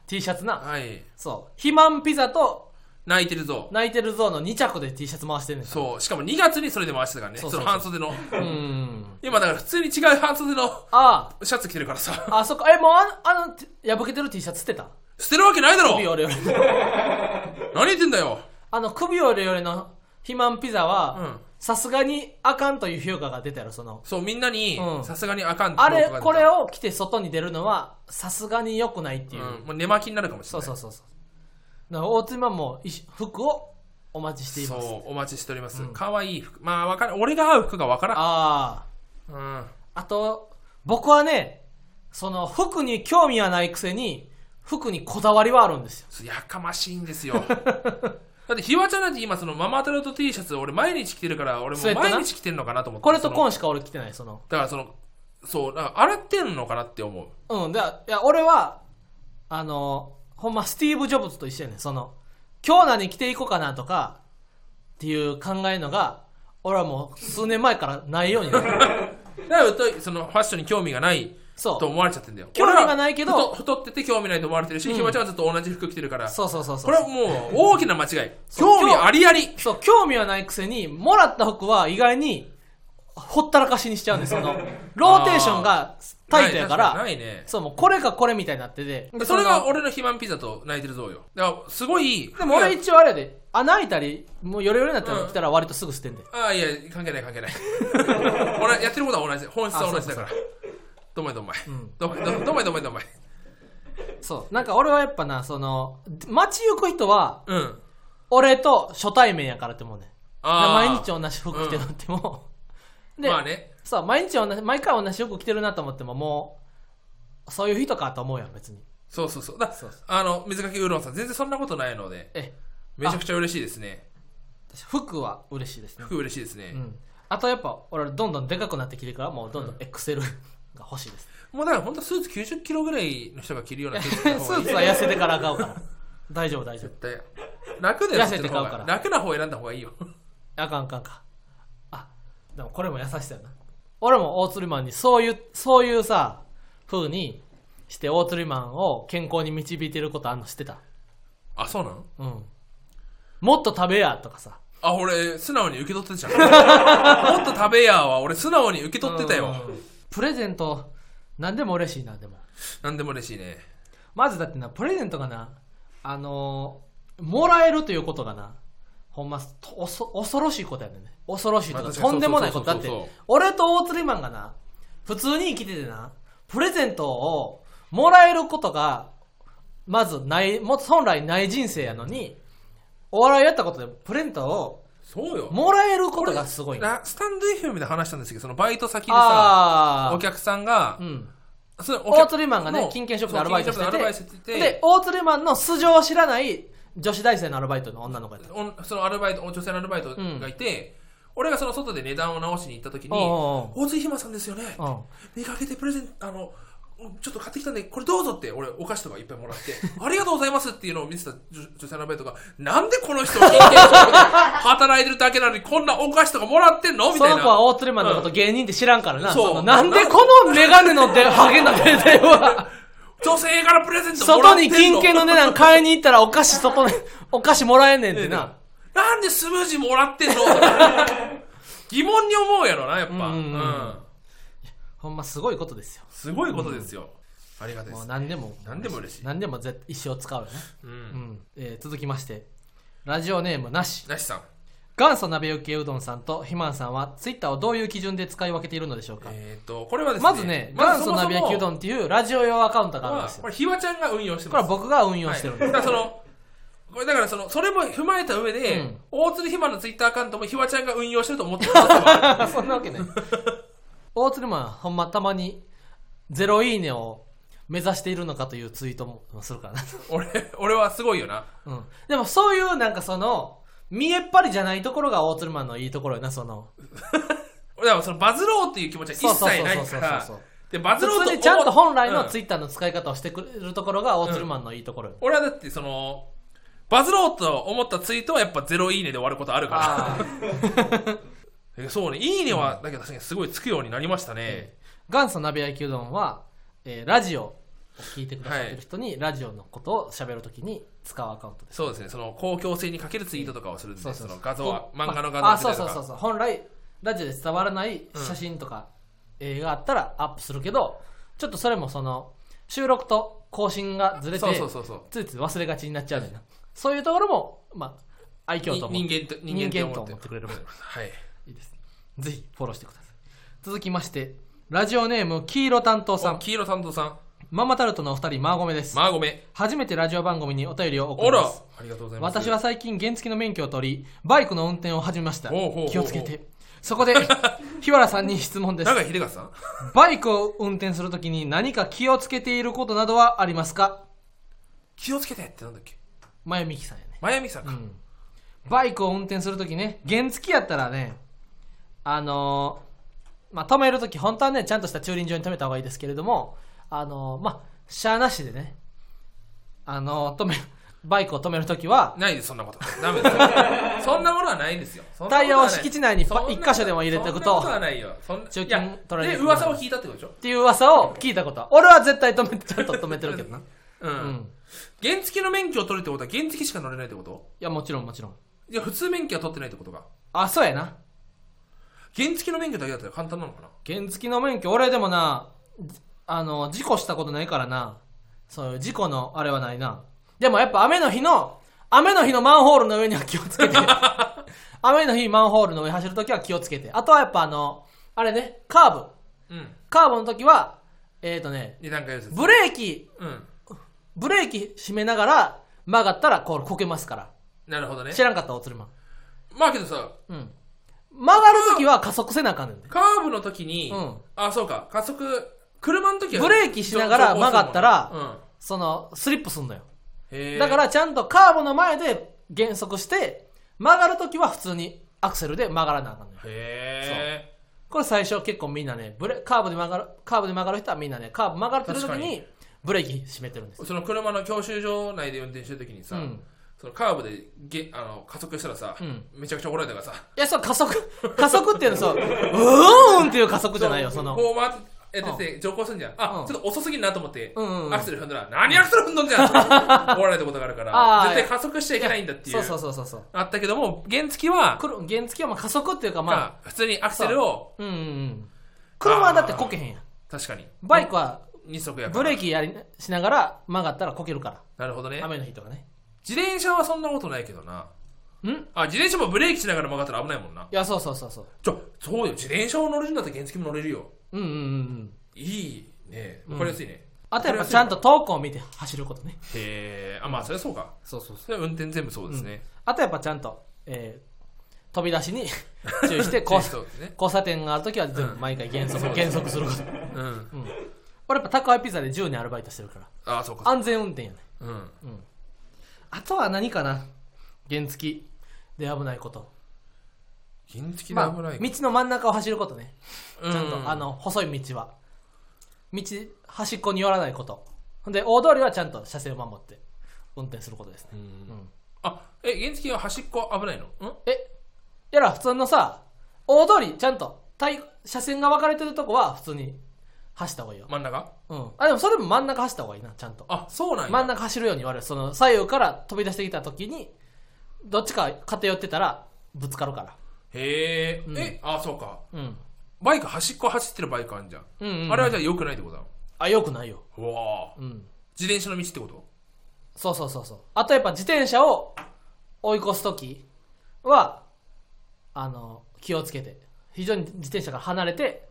[SPEAKER 1] T シャツな
[SPEAKER 2] はい
[SPEAKER 1] そう肥満ピザと
[SPEAKER 2] 泣いてるぞ
[SPEAKER 1] 泣いてるゾーの2着で T シャツ回してんねんう
[SPEAKER 2] そうしかも2月にそれで回してたからね
[SPEAKER 1] そ
[SPEAKER 2] そ
[SPEAKER 1] そ
[SPEAKER 2] う
[SPEAKER 1] うそう
[SPEAKER 2] の半袖の
[SPEAKER 1] うーん
[SPEAKER 2] 今だから普通に違う半袖の
[SPEAKER 1] ああ
[SPEAKER 2] シャツ着てるからさ
[SPEAKER 1] あ、そっか。え、もうあの、あの、て破けてる T シャツ捨てた
[SPEAKER 2] 捨てるわけないだろ
[SPEAKER 1] 首折れ折れ。
[SPEAKER 2] 何言ってんだよ
[SPEAKER 1] あの、首折れ折れの肥満ピザ
[SPEAKER 2] う
[SPEAKER 1] は
[SPEAKER 2] ん、
[SPEAKER 1] さすがにあかんという評価が出たやろ、その。
[SPEAKER 2] そうみんなに
[SPEAKER 1] うん
[SPEAKER 2] さすがにあかんって
[SPEAKER 1] あれ
[SPEAKER 2] 報告が出、た
[SPEAKER 1] これを着て外に出るのは、さすがに良くないっていう。
[SPEAKER 2] うん、もう寝巻きになるかもしれ
[SPEAKER 1] そう
[SPEAKER 2] ない
[SPEAKER 1] そうそうそう。だから大津今も一緒服をお待ちしています。
[SPEAKER 2] そうお待ちしております可愛、い服まあわかる俺が合う服がわからん
[SPEAKER 1] あ
[SPEAKER 2] うん
[SPEAKER 1] あ。あと、僕はね、その、服に興味はないくせに、服にこだわりはあるんですよ。
[SPEAKER 2] そうやかましいんですよ だってひわちゃんなんて今そのママタルト T シャツ俺毎日着てるから俺も
[SPEAKER 1] スウェットな
[SPEAKER 2] 毎日着てるのかなと思って
[SPEAKER 1] これと
[SPEAKER 2] その
[SPEAKER 1] コーンしか俺着てない、その。
[SPEAKER 2] だからそのそうだから洗ってんのかなって思う
[SPEAKER 1] うん、で、いや、俺は、あの、ほんま、スティーブ・ジョブズと一緒やねん。その、今日何着ていこうかなとか、っていう考えのが、俺はもう数年前からないようにな る。
[SPEAKER 2] だからとそのファッションに興味がない
[SPEAKER 1] そう
[SPEAKER 2] と思われちゃってんだよ
[SPEAKER 1] 興味がないけど
[SPEAKER 2] 俺は太太ってて興味ないと思われてるし、
[SPEAKER 1] うん
[SPEAKER 2] ひわちゃんはずっと同じ服着てるから
[SPEAKER 1] そうそうそうそう。
[SPEAKER 2] これはもう大きな間違い
[SPEAKER 1] そう
[SPEAKER 2] 興味ありあり
[SPEAKER 1] そう、興味はないくせに、もらった服は意外に、ほったらかしにしちゃうんです。その、ローテーションがタイトやか
[SPEAKER 2] な
[SPEAKER 1] ら、
[SPEAKER 2] い確にないね
[SPEAKER 1] そう、もうこれかこれみたいになってて。で
[SPEAKER 2] それが、俺の肥満ピザと泣いてるぞよだからすごい
[SPEAKER 1] でも俺
[SPEAKER 2] いや
[SPEAKER 1] 一応あれやで、穴開いたり、もうヨレヨレになったの着たら割とすぐ捨てんで。
[SPEAKER 2] ああいや関係ない関係ない 俺やってることは同じ本質は同じだからどんまいどんまい
[SPEAKER 1] ん
[SPEAKER 2] どんまいどんまいどんまいどんまい
[SPEAKER 1] そう。なんか俺はやっぱな、その、街行く人は、
[SPEAKER 2] うん
[SPEAKER 1] 俺と初対面やからって思うねん。
[SPEAKER 2] あー
[SPEAKER 1] 毎日同じ服着てるっても、う で、
[SPEAKER 2] まあね
[SPEAKER 1] そう、毎日同じ、毎回同じ服着てるなと思っても、もう、そういう人かと思うやん、別に。
[SPEAKER 2] そうそうそうだ
[SPEAKER 1] そうそう
[SPEAKER 2] あの水かけうどんさん全然そんなことないので
[SPEAKER 1] え、
[SPEAKER 2] めちゃくちゃ嬉しいですね
[SPEAKER 1] 私服は嬉しいですね。
[SPEAKER 2] 服嬉しいですね、
[SPEAKER 1] うん。あとやっぱ、俺どんどんでかくなってきてるから、もうどんどん XL が欲しい です。
[SPEAKER 2] もうだから本当スーツ90キロぐらいの人が着るようなス
[SPEAKER 1] ス
[SPEAKER 2] ーツ
[SPEAKER 1] ーツは痩せてから買うから。大丈夫、大丈夫。
[SPEAKER 2] て楽だよ
[SPEAKER 1] 痩せて買うから
[SPEAKER 2] そっちの方が楽な方選んだ方がいいよ
[SPEAKER 1] あかんあかんか。あ、でもこれも優しさやな。俺も大釣りマンにそういう、そういうさ、風にして大釣りマンを健康に導いてることあんの知ってた。
[SPEAKER 2] あそうなの
[SPEAKER 1] うん。もっと食べやとかさ。
[SPEAKER 2] あ俺素直に受け取ってたじゃ んもっと食べやは俺素直に受け取ってたよ
[SPEAKER 1] うん。プレゼント、なんでも嬉しいな、でも。
[SPEAKER 2] 何でも嬉しいね
[SPEAKER 1] まずだってな、プレゼントがな、あのーもらえるということがな、ほんま、とおそ恐ろしいことやねんね。恐ろしいと
[SPEAKER 2] ま
[SPEAKER 1] か、
[SPEAKER 2] あ確かに
[SPEAKER 1] とんでもないこと。だ
[SPEAKER 2] そ
[SPEAKER 1] っ
[SPEAKER 2] うそう
[SPEAKER 1] て
[SPEAKER 2] そうそう、
[SPEAKER 1] 俺と大釣りマンがな、普通に生きててな、プレゼントをもらえることが、まずない、もっと本来ない人生やのに、お笑いやったことでプレゼントを
[SPEAKER 2] そうよ。
[SPEAKER 1] もらえることがすごいね
[SPEAKER 2] なスタンド FM で話したんですけど、そのバイト先でさ、
[SPEAKER 1] ああ
[SPEAKER 2] お客さんが
[SPEAKER 1] う、ん
[SPEAKER 2] そのお
[SPEAKER 1] 大
[SPEAKER 2] 客
[SPEAKER 1] 鶴マンがね
[SPEAKER 2] の
[SPEAKER 1] 金券ショップでアルバイトして
[SPEAKER 2] そう金券ショップでアルバイトしてて
[SPEAKER 1] で
[SPEAKER 2] て
[SPEAKER 1] 大鶴マンの素性を知らない女子大生のアルバイトの女の子やった
[SPEAKER 2] おそのアルバイト、女性のアルバイトがいて、俺がその外で値段を直しに行った時に、
[SPEAKER 1] おうお
[SPEAKER 2] 大津ひまさんですよね。
[SPEAKER 1] うん
[SPEAKER 2] 見かけてプレゼント、あの、ちょっと買ってきたんで、これどうぞって、俺、お菓子とかいっぱいもら って、ありがとうございますっていうのを見せた女女性のアルバイトが、なんでこの人、金券ショップで働いてるだけなのに、こんなお菓子とかもらってんのみ
[SPEAKER 1] そ
[SPEAKER 2] たい
[SPEAKER 1] の
[SPEAKER 2] な。
[SPEAKER 1] 子は大鶴マンのこと芸人って知らんからな。
[SPEAKER 2] そう
[SPEAKER 1] そのなんでこのメガネのでハゲなデザインは、
[SPEAKER 2] 女性からプレゼントもらっ
[SPEAKER 1] 外
[SPEAKER 2] てん
[SPEAKER 1] に金
[SPEAKER 2] の
[SPEAKER 1] 券の値段買いに行ったらお菓子そこに、 お菓子もらえんねんってな。
[SPEAKER 2] なんでスムージーもらってんの 疑問に思うやろな、やっぱ。
[SPEAKER 1] うんうんうん
[SPEAKER 2] うん
[SPEAKER 1] ほんますごいことですよ。
[SPEAKER 2] すごいことですよ。ありがたいで
[SPEAKER 1] もう
[SPEAKER 2] す。
[SPEAKER 1] 何でも。
[SPEAKER 2] 何でも嬉しい
[SPEAKER 1] 何でも絶一生使うよね。
[SPEAKER 2] う。
[SPEAKER 1] うんん。えー続きまして。ラジオネームなし。
[SPEAKER 2] なしさん。
[SPEAKER 1] 元祖鍋焼きうどんさんとひまんさんはツイッターをどういう基準で使い分けているのでしょうか、
[SPEAKER 2] えっ、と、これはですね。
[SPEAKER 1] まずね、元祖鍋焼きうど
[SPEAKER 2] ん
[SPEAKER 1] んっていうラジオ用アカウントがあるん
[SPEAKER 2] は
[SPEAKER 1] です、よ。
[SPEAKER 2] これ、ひわちゃんが運用して
[SPEAKER 1] これ
[SPEAKER 2] ま
[SPEAKER 1] は
[SPEAKER 2] す。
[SPEAKER 1] 僕が運用してるんで
[SPEAKER 2] はい
[SPEAKER 1] す。
[SPEAKER 2] だからその、これだからその、それも踏まえた上で、
[SPEAKER 1] うん
[SPEAKER 2] 大鶴ひまのツイッターアカウントもひわちゃんが運用してると思ってます。
[SPEAKER 1] そんなわけない。大鶴マン、ほんまたまに、ゼロいいねを目指しているのかというツイートもするからな。
[SPEAKER 2] 俺、俺はすごいよな。
[SPEAKER 1] うん。でもそういうなんかその、見えっ張りじゃないところが大鶴マンのいいところよな、その。
[SPEAKER 2] 俺だからそのバズろうっていう気持ちは一切ない
[SPEAKER 1] そうそうそうそ
[SPEAKER 2] か
[SPEAKER 1] う
[SPEAKER 2] ら
[SPEAKER 1] そう。
[SPEAKER 2] で、バズろう
[SPEAKER 1] 普通
[SPEAKER 2] と思
[SPEAKER 1] にちゃんと本来の
[SPEAKER 2] うん
[SPEAKER 1] ツイッターの使い方をしてくれるところが大鶴マンのいいところよ。
[SPEAKER 2] 俺はだってその、バズろうと思ったツイートはやっぱゼロいいねで終わることある
[SPEAKER 1] あ
[SPEAKER 2] から。え そうね、いいねは、だけど確かにすごいつくようになりましたね。
[SPEAKER 1] 元祖鍋焼きうどんは、えーラジオを聞いてくださってる人に、ラジオのことを喋るときに使うアカウントです。
[SPEAKER 2] そうですね、その公共性にかけるツイートとかをするんで、
[SPEAKER 1] そうそ
[SPEAKER 2] そう
[SPEAKER 1] そう
[SPEAKER 2] の画像は、
[SPEAKER 1] ま
[SPEAKER 2] 漫画の画
[SPEAKER 1] あ
[SPEAKER 2] 像
[SPEAKER 1] そう
[SPEAKER 2] みた
[SPEAKER 1] そう
[SPEAKER 2] いな
[SPEAKER 1] そう
[SPEAKER 2] の
[SPEAKER 1] そう本来ラジオで伝わらない写真とか、映画あったらアップするけどちょっとそれもその収録と更新がずれて
[SPEAKER 2] そうそうそうそう
[SPEAKER 1] ついつい忘れがちになっちゃうねんなそういうところもまあ愛嬌と思
[SPEAKER 2] に
[SPEAKER 1] って
[SPEAKER 2] 人間と人
[SPEAKER 1] 人
[SPEAKER 2] 間と
[SPEAKER 1] 間と
[SPEAKER 2] 思
[SPEAKER 1] 思
[SPEAKER 2] っ
[SPEAKER 1] っててくれれば
[SPEAKER 2] はい。
[SPEAKER 1] いいですぜひフォローしてください続きましてラジオネーム黄色担当さ
[SPEAKER 2] さ
[SPEAKER 1] ん
[SPEAKER 2] 黄色担当さん、
[SPEAKER 1] ママタルトのお二人マーゴメです、
[SPEAKER 2] マーゴメ。
[SPEAKER 1] 初めてラジオ番組にお便りを送
[SPEAKER 2] お
[SPEAKER 1] り
[SPEAKER 2] ら
[SPEAKER 1] ます
[SPEAKER 2] ありがとうございます。
[SPEAKER 1] 私は、最近原付の免許を取りバイクの運転を始めました
[SPEAKER 2] ほうほうほうほう
[SPEAKER 1] 気をつけてそ こで日原さんに質問です
[SPEAKER 2] 長井秀 和さん
[SPEAKER 1] バイクを運転するときに何か気をつけていることなどはありますか
[SPEAKER 2] 気をつけてってなんだっけ
[SPEAKER 1] まゆみきさんやね
[SPEAKER 2] マヤミさん
[SPEAKER 1] う
[SPEAKER 2] か。
[SPEAKER 1] んバイクを運転するときね原付やったらねあのーまあ止めるとき本当はねちゃんとした駐輪場に止めた方がいいですけれどもあのーまあ車なしでねあのー止めバイクを止めるときは
[SPEAKER 2] ないです、そん なこと。ダメです。そんなものはないですよ。そんな
[SPEAKER 1] タ
[SPEAKER 2] こ
[SPEAKER 1] イ
[SPEAKER 2] と
[SPEAKER 1] ヤ
[SPEAKER 2] は
[SPEAKER 1] を
[SPEAKER 2] ない
[SPEAKER 1] 敷地内にパ一箇所でも入れておくと
[SPEAKER 2] そんなことはないよ。そんな
[SPEAKER 1] 除菌
[SPEAKER 2] いや
[SPEAKER 1] 取られる
[SPEAKER 2] で、噂を聞いたってことでしょ
[SPEAKER 1] っていう噂を聞いたことは俺は絶対止めてちゃんと止めてるけどな
[SPEAKER 2] う
[SPEAKER 1] うんん。
[SPEAKER 2] 原付の免許を取るってことは原付しか乗れないってこと
[SPEAKER 1] いやもちろんもちろん
[SPEAKER 2] いや、普通免許は取ってないってことか。
[SPEAKER 1] あそうやな
[SPEAKER 2] 原付の免許だけだったら簡単なのかな
[SPEAKER 1] 原付の免許俺でもなじあの事故したことないからなそういう事故のあれはないなでもやっぱ雨の日の雨の日のマンホールの上には気をつけて雨の日マンホールの上走るときは気をつけてあとはやっぱあのあれねカーブ
[SPEAKER 2] うん。
[SPEAKER 1] カーブの時はえっ、ー、とね
[SPEAKER 2] 二段階です。
[SPEAKER 1] ブレーキ
[SPEAKER 2] うん。
[SPEAKER 1] ブレーキ締めながら曲がったらこうこけますから
[SPEAKER 2] なるほどね
[SPEAKER 1] 知。らんかったおつるまん
[SPEAKER 2] まあけどさ、
[SPEAKER 1] うん。曲がるときは加速せなあかんねんで。
[SPEAKER 2] カーブの時に、
[SPEAKER 1] うん
[SPEAKER 2] あ、そうか、加速、車の時は。
[SPEAKER 1] ブレーキしながら曲がったら
[SPEAKER 2] うん
[SPEAKER 1] その、スリップすんのよ。
[SPEAKER 2] へー
[SPEAKER 1] だからちゃんとカーブの前で減速して、曲がるときは普通にアクセルで曲がらなあかんのよ。
[SPEAKER 2] へえ。
[SPEAKER 1] これ最初結構みんなね、ブレ、カーブで曲がる、カーブで曲がる人はみんなね、カーブ曲がってるとき
[SPEAKER 2] 確か
[SPEAKER 1] に
[SPEAKER 2] に
[SPEAKER 1] ブレーキ締めてるんですよ。
[SPEAKER 2] その車の教習所内で運転してる時にさ、
[SPEAKER 1] うん
[SPEAKER 2] そのカーブでげあの加速したらさ、
[SPEAKER 1] ん
[SPEAKER 2] めちゃくちゃ怒られたからさ、
[SPEAKER 1] いや、そう加速、 加速っていうのそう、うーんっていう加速じゃないよ、その。
[SPEAKER 2] こう回って、やってて、徐行するんじゃん。あ、
[SPEAKER 1] うん
[SPEAKER 2] ちょっと遅すぎるなと思って、
[SPEAKER 1] うんうんうん
[SPEAKER 2] アクセル踏んだら、何アクセル踏んどんじゃんって 怒られたことがあるか
[SPEAKER 1] あ
[SPEAKER 2] ら、
[SPEAKER 1] ー
[SPEAKER 2] 絶対加速しちゃいけないんだっていう。
[SPEAKER 1] そうそうそうそうそう。
[SPEAKER 2] あったけども、原付は、
[SPEAKER 1] くる原付はまあ加速っていうかまあ、
[SPEAKER 2] まあ、普通にアクセルを、
[SPEAKER 1] うんうんうん。車はだってこけへんやん。
[SPEAKER 2] 確かに。
[SPEAKER 1] バイクは
[SPEAKER 2] 二足やか
[SPEAKER 1] ブ
[SPEAKER 2] ら。
[SPEAKER 1] レーキやりしながら曲がったらこけるか
[SPEAKER 2] なるほどね
[SPEAKER 1] ら。雨の日とかね
[SPEAKER 2] 自転車はそんなことないけどな。
[SPEAKER 1] んい
[SPEAKER 2] あ、自転車もブレーキしながら曲がったら危ないもんな。
[SPEAKER 1] やそうそうそうそう
[SPEAKER 2] ちょ、そうよ。自転車を乗れるんだったら原付も乗れるよ。
[SPEAKER 1] うんうんうんうん
[SPEAKER 2] いいね。わかりやすいね。
[SPEAKER 1] あとやっぱちゃんと遠くを見て走ることね
[SPEAKER 2] へえ。あ、まあ、それはそうか。
[SPEAKER 1] そうそうそ
[SPEAKER 2] それは運転全部そうですね。
[SPEAKER 1] あとやっぱちゃんと、えー飛び出しに 注 意して交差
[SPEAKER 2] そうですね。
[SPEAKER 1] 交差点があるときは全部
[SPEAKER 2] うん
[SPEAKER 1] 毎回減速、減速すること。
[SPEAKER 2] うん。
[SPEAKER 1] うん。俺やっぱ宅配ピザで10年アルバイトしてるから。
[SPEAKER 2] ああ、そうか。
[SPEAKER 1] 安全運転やね。
[SPEAKER 2] うん。
[SPEAKER 1] うん。あとは何かな原付きで危ないこと。
[SPEAKER 2] 原付きで危
[SPEAKER 1] まあ、
[SPEAKER 2] ない。
[SPEAKER 1] 道の真ん中を走ることね。
[SPEAKER 2] うん
[SPEAKER 1] ちゃんと、あ、の、細い道は。道、端っこに寄らないこと。ほんで、大通りはちゃんと車線を守って、運転することですね。うん
[SPEAKER 2] あ、え、原付きは端っこ危ないのん
[SPEAKER 1] え、やら、普通のさ、大通り、ちゃんと、対車線が分かれてるとこは、普通に走った方がいいよ。
[SPEAKER 2] 真ん中
[SPEAKER 1] うん。あ、でもそれも真ん中走った方がいいな、ちゃんと。
[SPEAKER 2] あ、そうなんや。
[SPEAKER 1] 真ん中走るように言われる。その、左右から飛び出してきた時に、どっちか偏ってたら、ぶつかるから。
[SPEAKER 2] へえ、
[SPEAKER 1] うん
[SPEAKER 2] え、あ、そうか。
[SPEAKER 1] うん。
[SPEAKER 2] バイク端っこ走ってるバイクあるじゃん。
[SPEAKER 1] うん、うん。
[SPEAKER 2] あれはじゃあ良くないってことだ
[SPEAKER 1] あ、よくないよ。
[SPEAKER 2] うわあ
[SPEAKER 1] うん。
[SPEAKER 2] 自転車の道ってこと
[SPEAKER 1] そうそうそうそう。あとやっぱ自転車を追い越すときは、あの、気をつけて。非常に自転車から離れて、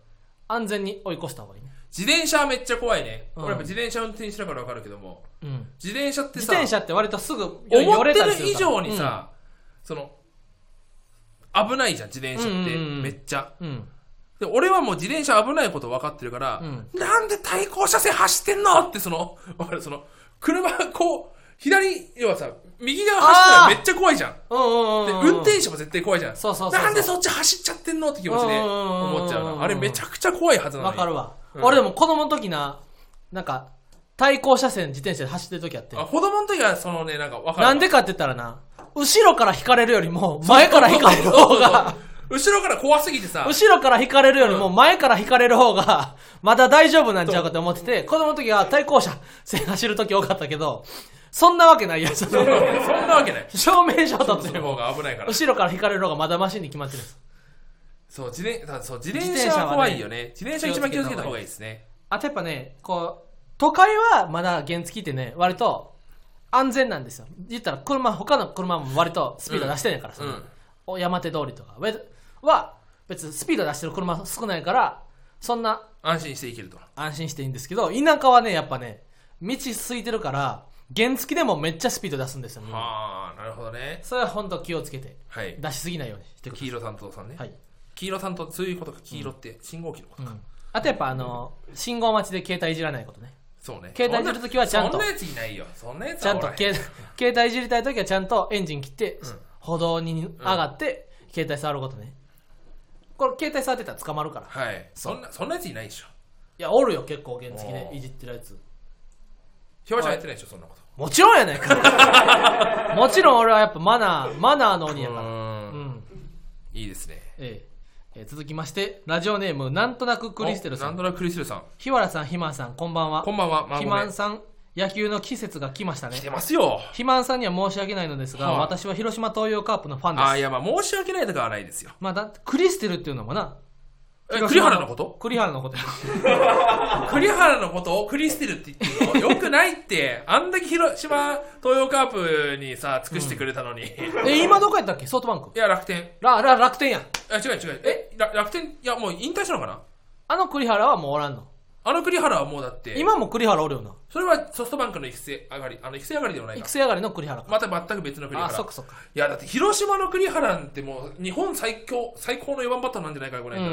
[SPEAKER 1] 安全に追い越した方がいいね。
[SPEAKER 2] 自転車はめっちゃ怖いね。
[SPEAKER 1] うん
[SPEAKER 2] 俺やっぱ自転車運転しながらわかるけども、
[SPEAKER 1] うん。
[SPEAKER 2] 自転車って
[SPEAKER 1] 自
[SPEAKER 2] さ、
[SPEAKER 1] 転車って割とすぐ
[SPEAKER 2] 思
[SPEAKER 1] 寄
[SPEAKER 2] っ
[SPEAKER 1] れ
[SPEAKER 2] て
[SPEAKER 1] たりす
[SPEAKER 2] る
[SPEAKER 1] る
[SPEAKER 2] 以
[SPEAKER 1] から
[SPEAKER 2] 上に、さ、その、危ないじゃん、自転車って。
[SPEAKER 1] うんうんうん
[SPEAKER 2] めっちゃ。
[SPEAKER 1] うん。うん
[SPEAKER 2] で、俺はもう自転車危ないこと分かってるから、
[SPEAKER 1] うん
[SPEAKER 2] なんで対向車線走ってんのってその、わかる、その、車、こう、左、要はさ、右側走ったらめっちゃ怖いじゃん。
[SPEAKER 1] うんうん
[SPEAKER 2] で、
[SPEAKER 1] うんうん。
[SPEAKER 2] 運転手も絶対怖いじゃん。
[SPEAKER 1] そうそうそうそう
[SPEAKER 2] なんでそっち走っちゃってんのって気持ちで
[SPEAKER 1] うんうんうんうんうん
[SPEAKER 2] 思っちゃうな。あれめちゃくちゃ怖いはずなの
[SPEAKER 1] わ
[SPEAKER 2] に。
[SPEAKER 1] かるわ。
[SPEAKER 2] うん
[SPEAKER 1] 俺でも子供の時な、なんか、対向車線自転車で走ってる時あって
[SPEAKER 2] あ、。子供の時はそのね、なんかわかる。
[SPEAKER 1] なんでかって言ったらな、後ろから引かれるより も、前から引かれる方が、
[SPEAKER 2] 後ろから怖すぎて さ、
[SPEAKER 1] 後ろから引かれるよりも前から引かれる方が、 まだ大丈夫なんちゃうかと思ってて、子供の時は対向車線走る時多かったけど、そんなわけないやつ。
[SPEAKER 2] そんなわけない。
[SPEAKER 1] 証明書取って
[SPEAKER 2] そ
[SPEAKER 1] る
[SPEAKER 2] の
[SPEAKER 1] も
[SPEAKER 2] 方
[SPEAKER 1] ん。
[SPEAKER 2] が危ないから。
[SPEAKER 1] 後ろから引かれる方がまだマシンに決まってるんです。
[SPEAKER 2] そう、自転車、そう、自
[SPEAKER 1] 自
[SPEAKER 2] 転
[SPEAKER 1] 転
[SPEAKER 2] 車
[SPEAKER 1] 車はね
[SPEAKER 2] は怖いよね。自転車一番気をつけた方がいいですね。
[SPEAKER 1] あとやっぱね、こう、都会はまだ原付ってね、割と安全なんですよ。言ったら車、他の車も割とスピード出してないから、その
[SPEAKER 2] うん
[SPEAKER 1] お山手通りとかウェズは別にスピード出してる車少ないから、そんな
[SPEAKER 2] 安心していけると。
[SPEAKER 1] 安心していいんですけど、田舎はね、やっぱね、道空いてるから、原付でもめっちゃスピード出すんですよ、みんな
[SPEAKER 2] はあ、なるほどね。
[SPEAKER 1] それは本当気をつけて、
[SPEAKER 2] はい。
[SPEAKER 1] 出しすぎないようにしてくださ
[SPEAKER 2] 黄色担当さんね。
[SPEAKER 1] い。はい。
[SPEAKER 2] 黄色担当、そういうことか、黄色って信号機のこと
[SPEAKER 1] う
[SPEAKER 2] か。
[SPEAKER 1] ん。あとやっぱあの、信号待ちで携帯いじらないことね。
[SPEAKER 2] そうね。
[SPEAKER 1] 携帯いじるときはちゃんと
[SPEAKER 2] そんなやついないよ。そんなやつ
[SPEAKER 1] ちゃんと
[SPEAKER 2] はおら
[SPEAKER 1] 携
[SPEAKER 2] へ
[SPEAKER 1] 帯 携帯いじりたいときはちゃんとエンジン切って、歩道に上がって、携帯触ることね。これ携帯触ってたら捕まるから。い
[SPEAKER 2] はい。そんな、そんなやついないでしょ。
[SPEAKER 1] や、おるよ、結構原付で
[SPEAKER 2] おー
[SPEAKER 1] いじってるやつ。
[SPEAKER 2] ひばちゃんやってないでしょ、そんなこと。
[SPEAKER 1] もちろんやないか。 もちろん俺はやっぱマナー、マナーの鬼や
[SPEAKER 2] う
[SPEAKER 1] から。
[SPEAKER 2] ー。
[SPEAKER 1] うんん。
[SPEAKER 2] いいですね。
[SPEAKER 1] えええー続きましてラジオネームなんとなくクリステルさ
[SPEAKER 2] おなん
[SPEAKER 1] ん
[SPEAKER 2] となくクリステルさん。
[SPEAKER 1] 日原さん肥満さんこんばんは
[SPEAKER 2] こんばんは、まあ
[SPEAKER 1] 肥
[SPEAKER 2] ごめん
[SPEAKER 1] 満さん野球の季節が来ましたね
[SPEAKER 2] 来てますよ。
[SPEAKER 1] 肥満さんには申し訳ないのですが、
[SPEAKER 2] はい
[SPEAKER 1] 私は広島東洋カープのファンです
[SPEAKER 2] ああ、いや、まあ、申し訳ないとかはないですよ。
[SPEAKER 1] まあ、だってクリステルっていうのもな
[SPEAKER 2] え、
[SPEAKER 1] 広
[SPEAKER 2] 栗
[SPEAKER 1] 島
[SPEAKER 2] 原のこと
[SPEAKER 1] 栗原の ことや
[SPEAKER 2] 栗原のことをクリステルって言ってるのよくないって。あんだけ広島東洋カープにさ、尽くしてくれたのに。い
[SPEAKER 1] え今どこやったっけソフトバンク
[SPEAKER 2] や、楽天。
[SPEAKER 1] らら楽天やん
[SPEAKER 2] あ、違う違う。え、ら楽天、いや、もう引退したのかな
[SPEAKER 1] あの栗原はもうおらんの
[SPEAKER 2] あの栗原はもうだって、
[SPEAKER 1] 今も栗原おるよな
[SPEAKER 2] それはソフトバンクの育成上がり、あの、育成上がりではないか
[SPEAKER 1] 育。成上がりの栗原か、
[SPEAKER 2] また全く別の栗
[SPEAKER 1] あ
[SPEAKER 2] 原。
[SPEAKER 1] そっかそっか
[SPEAKER 2] いや、だって広島の栗原なんてもう、日本最強、最高の4番バッターなんじゃないか、この
[SPEAKER 1] う
[SPEAKER 2] 間。
[SPEAKER 1] ー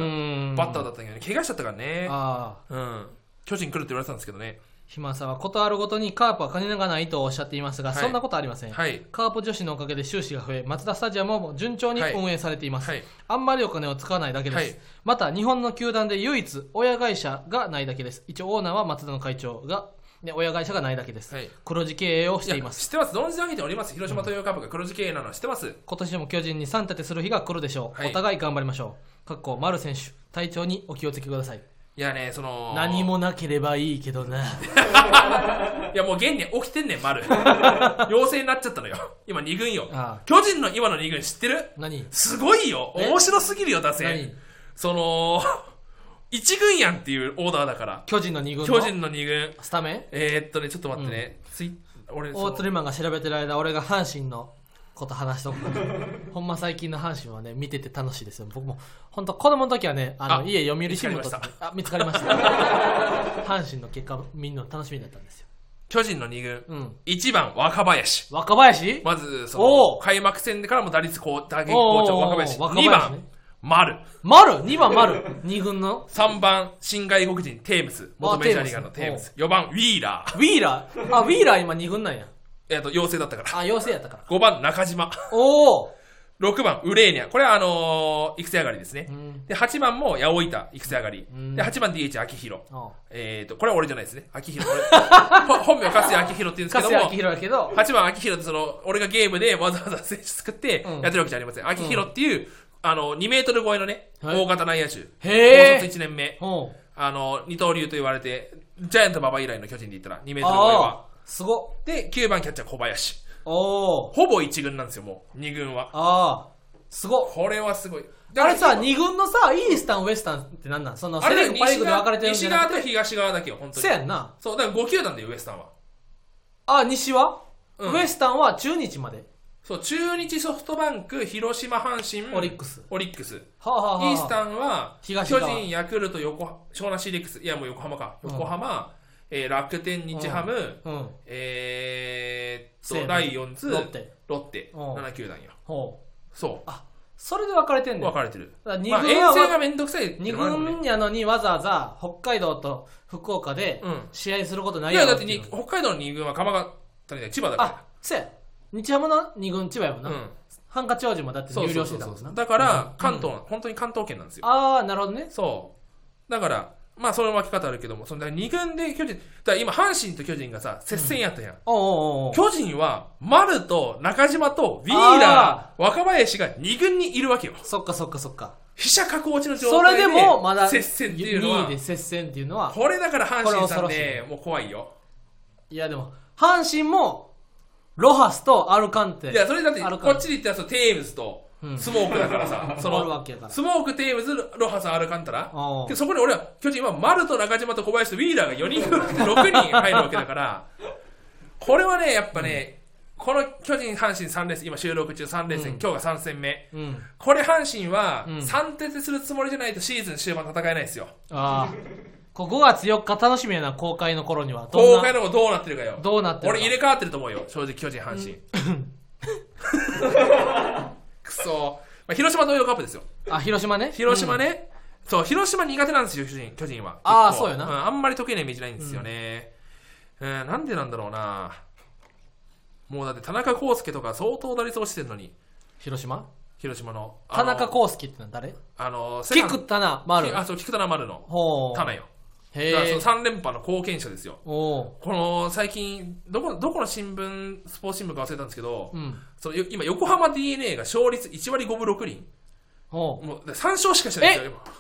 [SPEAKER 1] ん
[SPEAKER 2] バッターだったけどね、怪我しちゃったからね。
[SPEAKER 1] ああ
[SPEAKER 2] うん。巨人来るって言われてたんですけどね。
[SPEAKER 1] 肥満さんはことあるごとにカープは金がないとおっしゃっていますが、
[SPEAKER 2] はい
[SPEAKER 1] そんなことありません、
[SPEAKER 2] はい。
[SPEAKER 1] カープ女子のおかげで収支が増え、マツダスタジアムも順調に運営されています。
[SPEAKER 2] はい。
[SPEAKER 1] あんまりお金を使わないだけです。
[SPEAKER 2] はい
[SPEAKER 1] また、日本の球団で唯一、親会社がないだけです。一応、オーナーは松田の会長が、ね、親会社がないだけです。
[SPEAKER 2] はい
[SPEAKER 1] 黒字経営をし
[SPEAKER 2] いや
[SPEAKER 1] ています。
[SPEAKER 2] 知ってます。存じ上げております。広島東洋カープが黒字経営なのは知ってます。
[SPEAKER 1] 今年も巨人に3立てする日が来るでしょう。
[SPEAKER 2] はい
[SPEAKER 1] お互い頑張りましょう。かっこ、丸選手、体調にお気をつけください。
[SPEAKER 2] いやね、その。
[SPEAKER 1] 何。もなければいいけどな。
[SPEAKER 2] いや、もう現に起きてんねん、丸。陽性になっちゃったのよ。今、二軍よ
[SPEAKER 1] ああ。
[SPEAKER 2] 巨人の今の二軍知ってる
[SPEAKER 1] 何
[SPEAKER 2] すごいよ。
[SPEAKER 1] え
[SPEAKER 2] 面白すぎるよ、打線
[SPEAKER 1] 何。
[SPEAKER 2] その、一軍やんっていうオーダーだから。
[SPEAKER 1] 巨人の2軍の
[SPEAKER 2] 巨人の二軍。
[SPEAKER 1] スタメン
[SPEAKER 2] えー、っとね、ちょっと待ってね。ツイ俺、そ
[SPEAKER 1] 大
[SPEAKER 2] の
[SPEAKER 1] 鶴マンが調べてる間俺が阪神のこと話し とくからほんま最近の阪神はね見てて楽しいですよ僕も本当子供の時はねあの
[SPEAKER 2] あ
[SPEAKER 1] 家読売新聞
[SPEAKER 2] 見つ
[SPEAKER 1] と
[SPEAKER 2] かりまし
[SPEAKER 1] あ見つかりました阪神の結果見るの楽しみだったんですよ
[SPEAKER 2] 巨人の2軍、
[SPEAKER 1] うん。
[SPEAKER 2] 1番若林。
[SPEAKER 1] 若林
[SPEAKER 2] まず、そ
[SPEAKER 1] お
[SPEAKER 2] の、
[SPEAKER 1] う
[SPEAKER 2] 開幕戦でからも打率好、打撃好調
[SPEAKER 1] おうおうおう
[SPEAKER 2] 若林。
[SPEAKER 1] 若林ね
[SPEAKER 2] 2番、丸。
[SPEAKER 1] 丸 !2 番丸 !2 軍の
[SPEAKER 2] 3番、新外国人、テームス。元
[SPEAKER 1] あ
[SPEAKER 2] メジャーリーガーのテームス。4番、ウィーラー。
[SPEAKER 1] ウィーラーあ、ウィーラー今2軍なんや。
[SPEAKER 2] えっと、陽性だったから。
[SPEAKER 1] あ、陽性やったから。
[SPEAKER 2] 5番、中島。
[SPEAKER 1] おお、
[SPEAKER 2] 6番、ウレーニャ。これは、あのー、育成上がりですね
[SPEAKER 1] う。ん、
[SPEAKER 2] で、8番も、八百板、育成上がり
[SPEAKER 1] ん。
[SPEAKER 2] で、8番、DH、秋広。
[SPEAKER 1] あ
[SPEAKER 2] えっと、これは俺じゃないですね。秋広。こ れほ本名、粕谷秋広って言
[SPEAKER 1] あ。
[SPEAKER 2] うんです
[SPEAKER 1] か
[SPEAKER 2] けども
[SPEAKER 1] 明。宏やけど、
[SPEAKER 2] 8番秋広ってその俺がゲームでわざわざ選手作って
[SPEAKER 1] うん
[SPEAKER 2] やってるわけじゃありません、秋広っていうあの2メートル超えのね、
[SPEAKER 1] はい
[SPEAKER 2] 大型内野手
[SPEAKER 1] へー
[SPEAKER 2] 高卒1年目
[SPEAKER 1] ほ
[SPEAKER 2] あの二刀流と言われてジャイアント馬場以来の巨人で言ったら2メ
[SPEAKER 1] う
[SPEAKER 2] ートル超え
[SPEAKER 1] あ
[SPEAKER 2] は
[SPEAKER 1] あ、すごっ。
[SPEAKER 2] で9番キャッチャー小林
[SPEAKER 1] おお、
[SPEAKER 2] ほぼ1軍なんですよもう2軍は
[SPEAKER 1] ああ、すごっ。
[SPEAKER 2] これはすごい
[SPEAKER 1] あれさ、2軍のさ、イースタン、ウエスタンってなんなんその、
[SPEAKER 2] あ
[SPEAKER 1] セ
[SPEAKER 2] れ
[SPEAKER 1] レ
[SPEAKER 2] だ
[SPEAKER 1] ク
[SPEAKER 2] よ
[SPEAKER 1] パ・リーグ
[SPEAKER 2] 西
[SPEAKER 1] で分かれ
[SPEAKER 2] 側
[SPEAKER 1] てるんじ
[SPEAKER 2] 西
[SPEAKER 1] ゃな
[SPEAKER 2] 側
[SPEAKER 1] く
[SPEAKER 2] と
[SPEAKER 1] て
[SPEAKER 2] 東側だけよ本当に
[SPEAKER 1] せやんな。
[SPEAKER 2] そうだから5球団でウエスタンは
[SPEAKER 1] あ、西は、
[SPEAKER 2] うん
[SPEAKER 1] ウエスタンは中日まで。
[SPEAKER 2] そう中日ソフトバンク広島阪神
[SPEAKER 1] オリックス
[SPEAKER 2] オリックス
[SPEAKER 1] はあ、はあはあ、
[SPEAKER 2] イースタンは巨
[SPEAKER 1] 東側
[SPEAKER 2] 人、ヤクルト、横浜湘南シリックス、いやもう横浜か、
[SPEAKER 1] うん
[SPEAKER 2] 横浜、えー楽天、日ハム、
[SPEAKER 1] うん。
[SPEAKER 2] えーっ
[SPEAKER 1] 西
[SPEAKER 2] と、
[SPEAKER 1] 武
[SPEAKER 2] ライオンズ、
[SPEAKER 1] ロッテ、
[SPEAKER 2] ロッテ、
[SPEAKER 1] うん
[SPEAKER 2] 7球団よ。
[SPEAKER 1] ほう。
[SPEAKER 2] そ
[SPEAKER 1] それで分かれてん
[SPEAKER 2] う、
[SPEAKER 1] ねん
[SPEAKER 2] 分。かれてる。
[SPEAKER 1] だから二
[SPEAKER 2] まあ、遠
[SPEAKER 1] 軍は
[SPEAKER 2] 征がめんどくさいってい
[SPEAKER 1] 2
[SPEAKER 2] うのもあるもん
[SPEAKER 1] 軍
[SPEAKER 2] ね。
[SPEAKER 1] やのにわざわざ北海道と福岡で
[SPEAKER 2] うん
[SPEAKER 1] 試合することないい
[SPEAKER 2] や、だ
[SPEAKER 1] ろ
[SPEAKER 2] って
[SPEAKER 1] いう
[SPEAKER 2] に北海道の2軍は鎌ヶ谷で千葉だ
[SPEAKER 1] あ
[SPEAKER 2] か
[SPEAKER 1] そうや日ハムの2軍千葉やもん
[SPEAKER 2] ら。
[SPEAKER 1] な、
[SPEAKER 2] うん。
[SPEAKER 1] ハンカチ王子もだって
[SPEAKER 2] そう
[SPEAKER 1] 入
[SPEAKER 2] そ
[SPEAKER 1] 寮
[SPEAKER 2] う
[SPEAKER 1] し
[SPEAKER 2] そ
[SPEAKER 1] て
[SPEAKER 2] う
[SPEAKER 1] たもん
[SPEAKER 2] そ
[SPEAKER 1] な
[SPEAKER 2] う。だから、関東、本当に関東圏なんですよ。
[SPEAKER 1] ああなるほどね
[SPEAKER 2] そう。だから、まあ、その分け方あるけども、その2軍で巨人、だから今、阪神と巨人がさ、接戦やったやん。
[SPEAKER 1] おうおうおう
[SPEAKER 2] 巨人は、丸と中島とウィーラー、若林が2軍にいるわけよ。
[SPEAKER 1] そっかそっかそっか
[SPEAKER 2] 飛車格落ちの状
[SPEAKER 1] そ
[SPEAKER 2] 態
[SPEAKER 1] れ
[SPEAKER 2] で
[SPEAKER 1] でもまだ
[SPEAKER 2] 接戦っていうの
[SPEAKER 1] 2
[SPEAKER 2] は
[SPEAKER 1] 位で、接戦っていうのは
[SPEAKER 2] これだから阪神さん
[SPEAKER 1] これ
[SPEAKER 2] ね、もう怖いよ。
[SPEAKER 1] いやでも阪神もロハスとアルカンテ
[SPEAKER 2] いや、それだって、
[SPEAKER 1] ある
[SPEAKER 2] こ
[SPEAKER 1] から
[SPEAKER 2] っちで言ったらそのテームズと
[SPEAKER 1] うん
[SPEAKER 2] スモークだか らさ、そ
[SPEAKER 1] おるわ
[SPEAKER 2] の
[SPEAKER 1] けやから
[SPEAKER 2] スモーク、テームズ、ロハさん、アルカンタラ。
[SPEAKER 1] おう
[SPEAKER 2] でそこに俺は、巨人は丸と中島と小林とウィーラーが4人組で6人入るわけだから、これはね、やっぱね、この巨人、阪神3連戦、今収録中3連戦、
[SPEAKER 1] うん
[SPEAKER 2] 今日が3戦目。
[SPEAKER 1] うん
[SPEAKER 2] これ阪神は
[SPEAKER 1] うん
[SPEAKER 2] 3徹するつもりじゃないとシーズン終盤戦えないですよ
[SPEAKER 1] ああこう5月4日楽しみやな公開の頃にはど
[SPEAKER 2] 公
[SPEAKER 1] ん
[SPEAKER 2] 開
[SPEAKER 1] な
[SPEAKER 2] の方どうなってるかよ
[SPEAKER 1] どうなってるか
[SPEAKER 2] 俺入れ替わってると思うよ正直巨人阪神 くそ、まあ、広島同様カップですよ
[SPEAKER 1] あ広島ね
[SPEAKER 2] 広島ね、そう広島苦手なんですよ巨人巨人は
[SPEAKER 1] あー
[SPEAKER 2] 結構
[SPEAKER 1] そうやなん
[SPEAKER 2] あんまり得意なイメージないんですよねうん、なんでなんだろうなもうだって田中康介とか相当打率落ちてるのに
[SPEAKER 1] 広島
[SPEAKER 2] 広島のあ
[SPEAKER 1] 田
[SPEAKER 2] の
[SPEAKER 1] 中康介ってのは誰
[SPEAKER 2] あのセカンド
[SPEAKER 1] 菊田な丸
[SPEAKER 2] あそう菊田丸の
[SPEAKER 1] ほう
[SPEAKER 2] 亀よ
[SPEAKER 1] へ
[SPEAKER 2] だからそ
[SPEAKER 1] え
[SPEAKER 2] の3連覇の貢献者ですよ。
[SPEAKER 1] おう
[SPEAKER 2] この最近どこ、どこの新聞、スポーツ新聞か忘れたんですけど、
[SPEAKER 1] うん
[SPEAKER 2] そのよ今、横浜 d n a が勝率1割5分6厘、
[SPEAKER 1] ほう
[SPEAKER 2] もう3勝しかしてないんですよ、今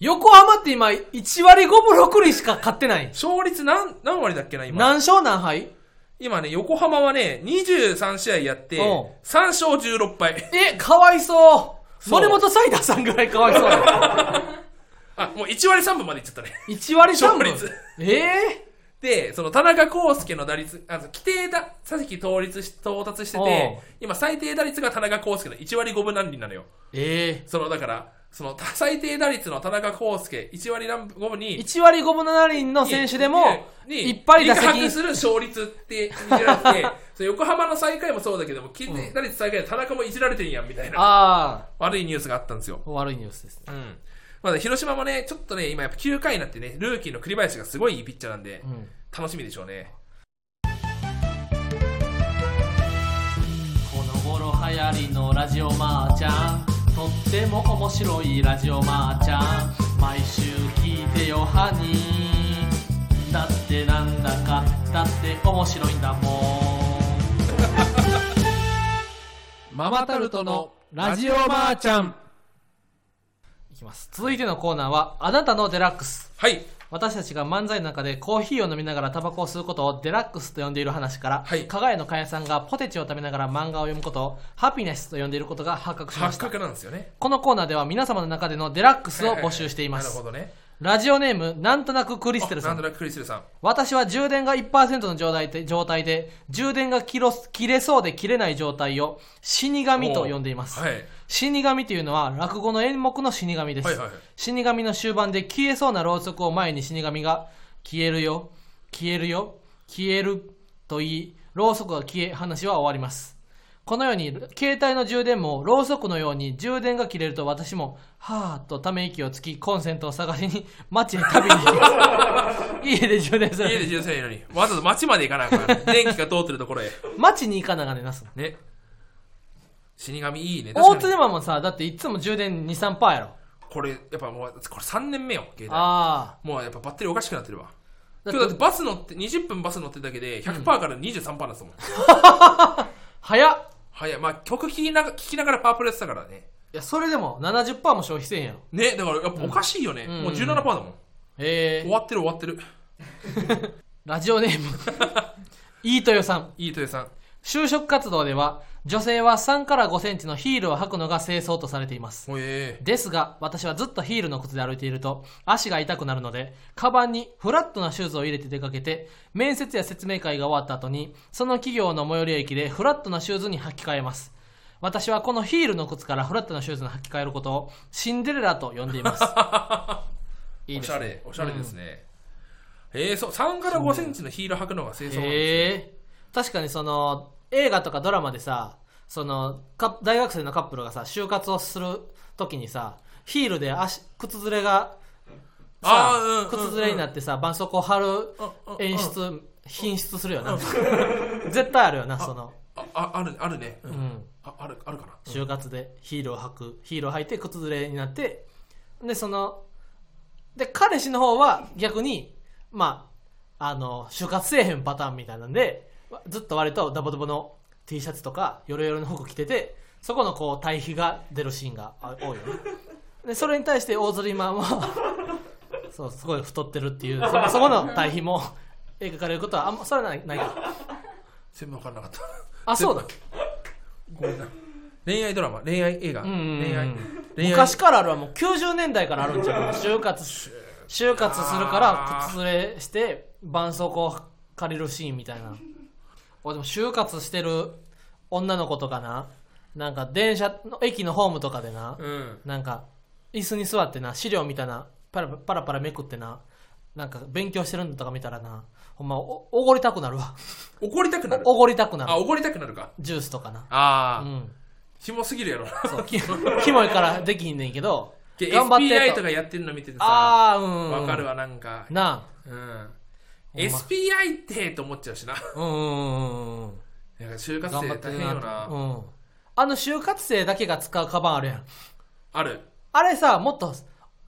[SPEAKER 1] 横浜って今、1割5分6厘しか勝ってない。
[SPEAKER 2] 勝率何何割だっけな、今、
[SPEAKER 1] 何勝何敗
[SPEAKER 2] 今ね、横浜はね、23試合やって、
[SPEAKER 1] うん
[SPEAKER 2] 3勝16敗、
[SPEAKER 1] え、かわいそう。
[SPEAKER 2] そう
[SPEAKER 1] 森本サイダーさんぐらいかわいそうだ。
[SPEAKER 2] あもう1割3分までいっちゃったね。
[SPEAKER 1] 1割3分
[SPEAKER 2] 勝率。
[SPEAKER 1] ええ
[SPEAKER 2] で、その田中康介の打率、あの規定打打席倒立し到達してて、今、最低打率が田中康介の1割5分何厘なのよ。
[SPEAKER 1] え
[SPEAKER 2] そのだから、その最低打率の田中康介、1割何分5分
[SPEAKER 1] え
[SPEAKER 2] に、
[SPEAKER 1] 1割5分7厘の選手でも、
[SPEAKER 2] に
[SPEAKER 1] いっぱい打
[SPEAKER 2] に肉薄す
[SPEAKER 1] 席。
[SPEAKER 2] る勝率って見られ て、その横浜の最下位もそうだけども、近年打率最下位で田中もいじられてんやんみたいな、
[SPEAKER 1] あ
[SPEAKER 2] 悪いニュースがあったんですよ。
[SPEAKER 1] あ、悪いニュースですね。
[SPEAKER 2] うん。まだ広島もね、ちょっとね、今やっぱ9回になってね、ルーキーの栗林がすごいいいピッチャーなんで
[SPEAKER 1] う、ん。
[SPEAKER 2] 楽しみでしょうね。
[SPEAKER 1] この頃流行りのラジオマーちゃんとっても面白いラジオマーちゃん毎週聞いてよハニーだってなんだかだって面白いんだもんママタルトのラジオマーちゃんいきます続いてのコーナーはあなたのデラックス
[SPEAKER 2] はい。
[SPEAKER 1] 私たちが漫才の中でコーヒーを飲みながらタバコを吸うことをデラックスと呼んでいる話から、
[SPEAKER 2] はい
[SPEAKER 1] 加賀屋の加谷さんがポテチを食べながら漫画を読むことをハピネスと呼んでいることが発覚しま
[SPEAKER 2] 発
[SPEAKER 1] した
[SPEAKER 2] 覚なんですよね。
[SPEAKER 1] このコーナーでは皆様の中でのデラックスを募集していま
[SPEAKER 2] なる
[SPEAKER 1] す
[SPEAKER 2] ほどね。
[SPEAKER 1] ラジオネームなんとなくクリステル
[SPEAKER 2] あ
[SPEAKER 1] さ
[SPEAKER 2] なんと
[SPEAKER 1] ん
[SPEAKER 2] なくクリステルさん。
[SPEAKER 1] 私は充電が1%の状態で状態で充電が切ろ切れそうで切れない状態を死神と呼んでいます、
[SPEAKER 2] はい。
[SPEAKER 1] 死神というのは落語の演目の死神です、
[SPEAKER 2] はいはいはい
[SPEAKER 1] 死神の終盤で消えそうなろうそくを前に死神が消えるよ消えるよ消えると言い、ろうそくが消え、話は終わります。このように、携帯の充電も、ろうそくのように充電が切れると私も、はぁとため息をつき、コンセントを探しに、街へ旅に行き ます。家で充電す
[SPEAKER 2] 家
[SPEAKER 1] る。
[SPEAKER 2] で充電せないのに、わざわざ町まで行かなあか ん。電気が通ってるところへ。
[SPEAKER 1] 街に行かながらなす。
[SPEAKER 2] ね。死神いいね。
[SPEAKER 1] 大
[SPEAKER 2] 確か
[SPEAKER 1] 津
[SPEAKER 2] に。
[SPEAKER 1] マもさ、だっていつも充電2、3%やろ。
[SPEAKER 2] これ、やっぱもう、これ3年目よ、携帯。
[SPEAKER 1] あ
[SPEAKER 2] もうやっぱバッテリーおかしくなってるわ。
[SPEAKER 1] あ。
[SPEAKER 2] 今日だってバス乗って、20分バス乗ってるだけで、100%から23%なんですもん。
[SPEAKER 1] 早っ
[SPEAKER 2] 早い。まあ曲聴きなが聴きながらパープルやってたからね。
[SPEAKER 1] いや、それでも70%も消費せえへんやろ。
[SPEAKER 2] ね、だからやっぱおかしいよね。
[SPEAKER 1] うん
[SPEAKER 2] もう17%だもん。
[SPEAKER 1] え
[SPEAKER 2] 終
[SPEAKER 1] ー、
[SPEAKER 2] わってる終わってる。
[SPEAKER 1] ラジオネーム、いいとよさん。
[SPEAKER 2] いいとよさん。
[SPEAKER 1] 就職活動では、女性は3から5センチのヒールを履くのが清掃とされています。
[SPEAKER 2] おえ
[SPEAKER 1] ですが、私はずっとヒールの靴で歩いていると、足が痛くなるので、カバンにフラットなシューズを入れて出かけて、面接や説明会が終わった後に、その企業の最寄り駅でフラットなシューズに履き替えます。私はこのヒールの靴からフラットなシューズに履き替えることを、シンデレラと呼んでいます。いい
[SPEAKER 2] お
[SPEAKER 1] で
[SPEAKER 2] し
[SPEAKER 1] す
[SPEAKER 2] ゃ
[SPEAKER 1] ね。
[SPEAKER 2] れ、おしゃれですね。えー、そう、3から5センチのヒール履くのが清掃なんです
[SPEAKER 1] へえ確かにその映画とかドラマでさそのカ大学生のカップルがさ就活をする時にさヒールで足靴ずれがさ
[SPEAKER 2] あーうん
[SPEAKER 1] 靴ずれになってさ絆創膏を貼る
[SPEAKER 2] うんうん
[SPEAKER 1] 演出品質するよな 絶対あるよなその、
[SPEAKER 2] あ、あある、あるね。う
[SPEAKER 1] うんん、
[SPEAKER 2] あ、ある、あるかな。
[SPEAKER 1] 就活でヒールを履くヒールを履いて靴ずれになってでそので彼氏の方は逆にまああの就活せえへんパターンみたいなんでわずっと割とダボダボの T シャツとかヨロヨロの服着ててそこのこう対比が出るシーンがあ多いよねでそれに対して大鶴マンはそうすごい太ってるっていうそそこの対比も描かれることはあんまそれはないないか
[SPEAKER 2] 全部わかんなかった。
[SPEAKER 1] あそうだ
[SPEAKER 2] ごめんな。恋愛ドラマ、恋愛映画、
[SPEAKER 1] うんうんうん
[SPEAKER 2] 恋愛、恋愛。
[SPEAKER 1] 昔からあるわもう90年代からあるんちゃう就活し就活するから靴ずれして絆創膏を借りるシーンみたいな俺でも就活してる女の子とかななんか電車の駅のホームとかでな、
[SPEAKER 2] うん。
[SPEAKER 1] なんか椅子に座ってな資料みたいなパラパラパラめくってななんか勉強してるのとか見たらなほんまおおごりたくなるわ
[SPEAKER 2] 怒りたくなる。
[SPEAKER 1] おごりたくな
[SPEAKER 2] あ、
[SPEAKER 1] る
[SPEAKER 2] 怒りたくなるか。
[SPEAKER 1] ジュースとかな
[SPEAKER 2] あ
[SPEAKER 1] う
[SPEAKER 2] あ、
[SPEAKER 1] ん
[SPEAKER 2] ひもすぎ るやろ。
[SPEAKER 1] そうキモキモいからできひんねんけど
[SPEAKER 2] で
[SPEAKER 1] 頑張って
[SPEAKER 2] SPI
[SPEAKER 1] と
[SPEAKER 2] とかやってるの見ててさ、
[SPEAKER 1] ああうん
[SPEAKER 2] わかるわ、なんか。
[SPEAKER 1] な
[SPEAKER 2] うん。
[SPEAKER 1] ま
[SPEAKER 2] SPI ってと思っちゃうしな。
[SPEAKER 1] あうんうんうんうん
[SPEAKER 2] なんか就活
[SPEAKER 1] 頑張
[SPEAKER 2] 生
[SPEAKER 1] って
[SPEAKER 2] 大
[SPEAKER 1] る
[SPEAKER 2] 変よ
[SPEAKER 1] な
[SPEAKER 2] な。
[SPEAKER 1] うんあの就活生だけが使うカバンあるやん
[SPEAKER 2] ある。
[SPEAKER 1] あれさもっと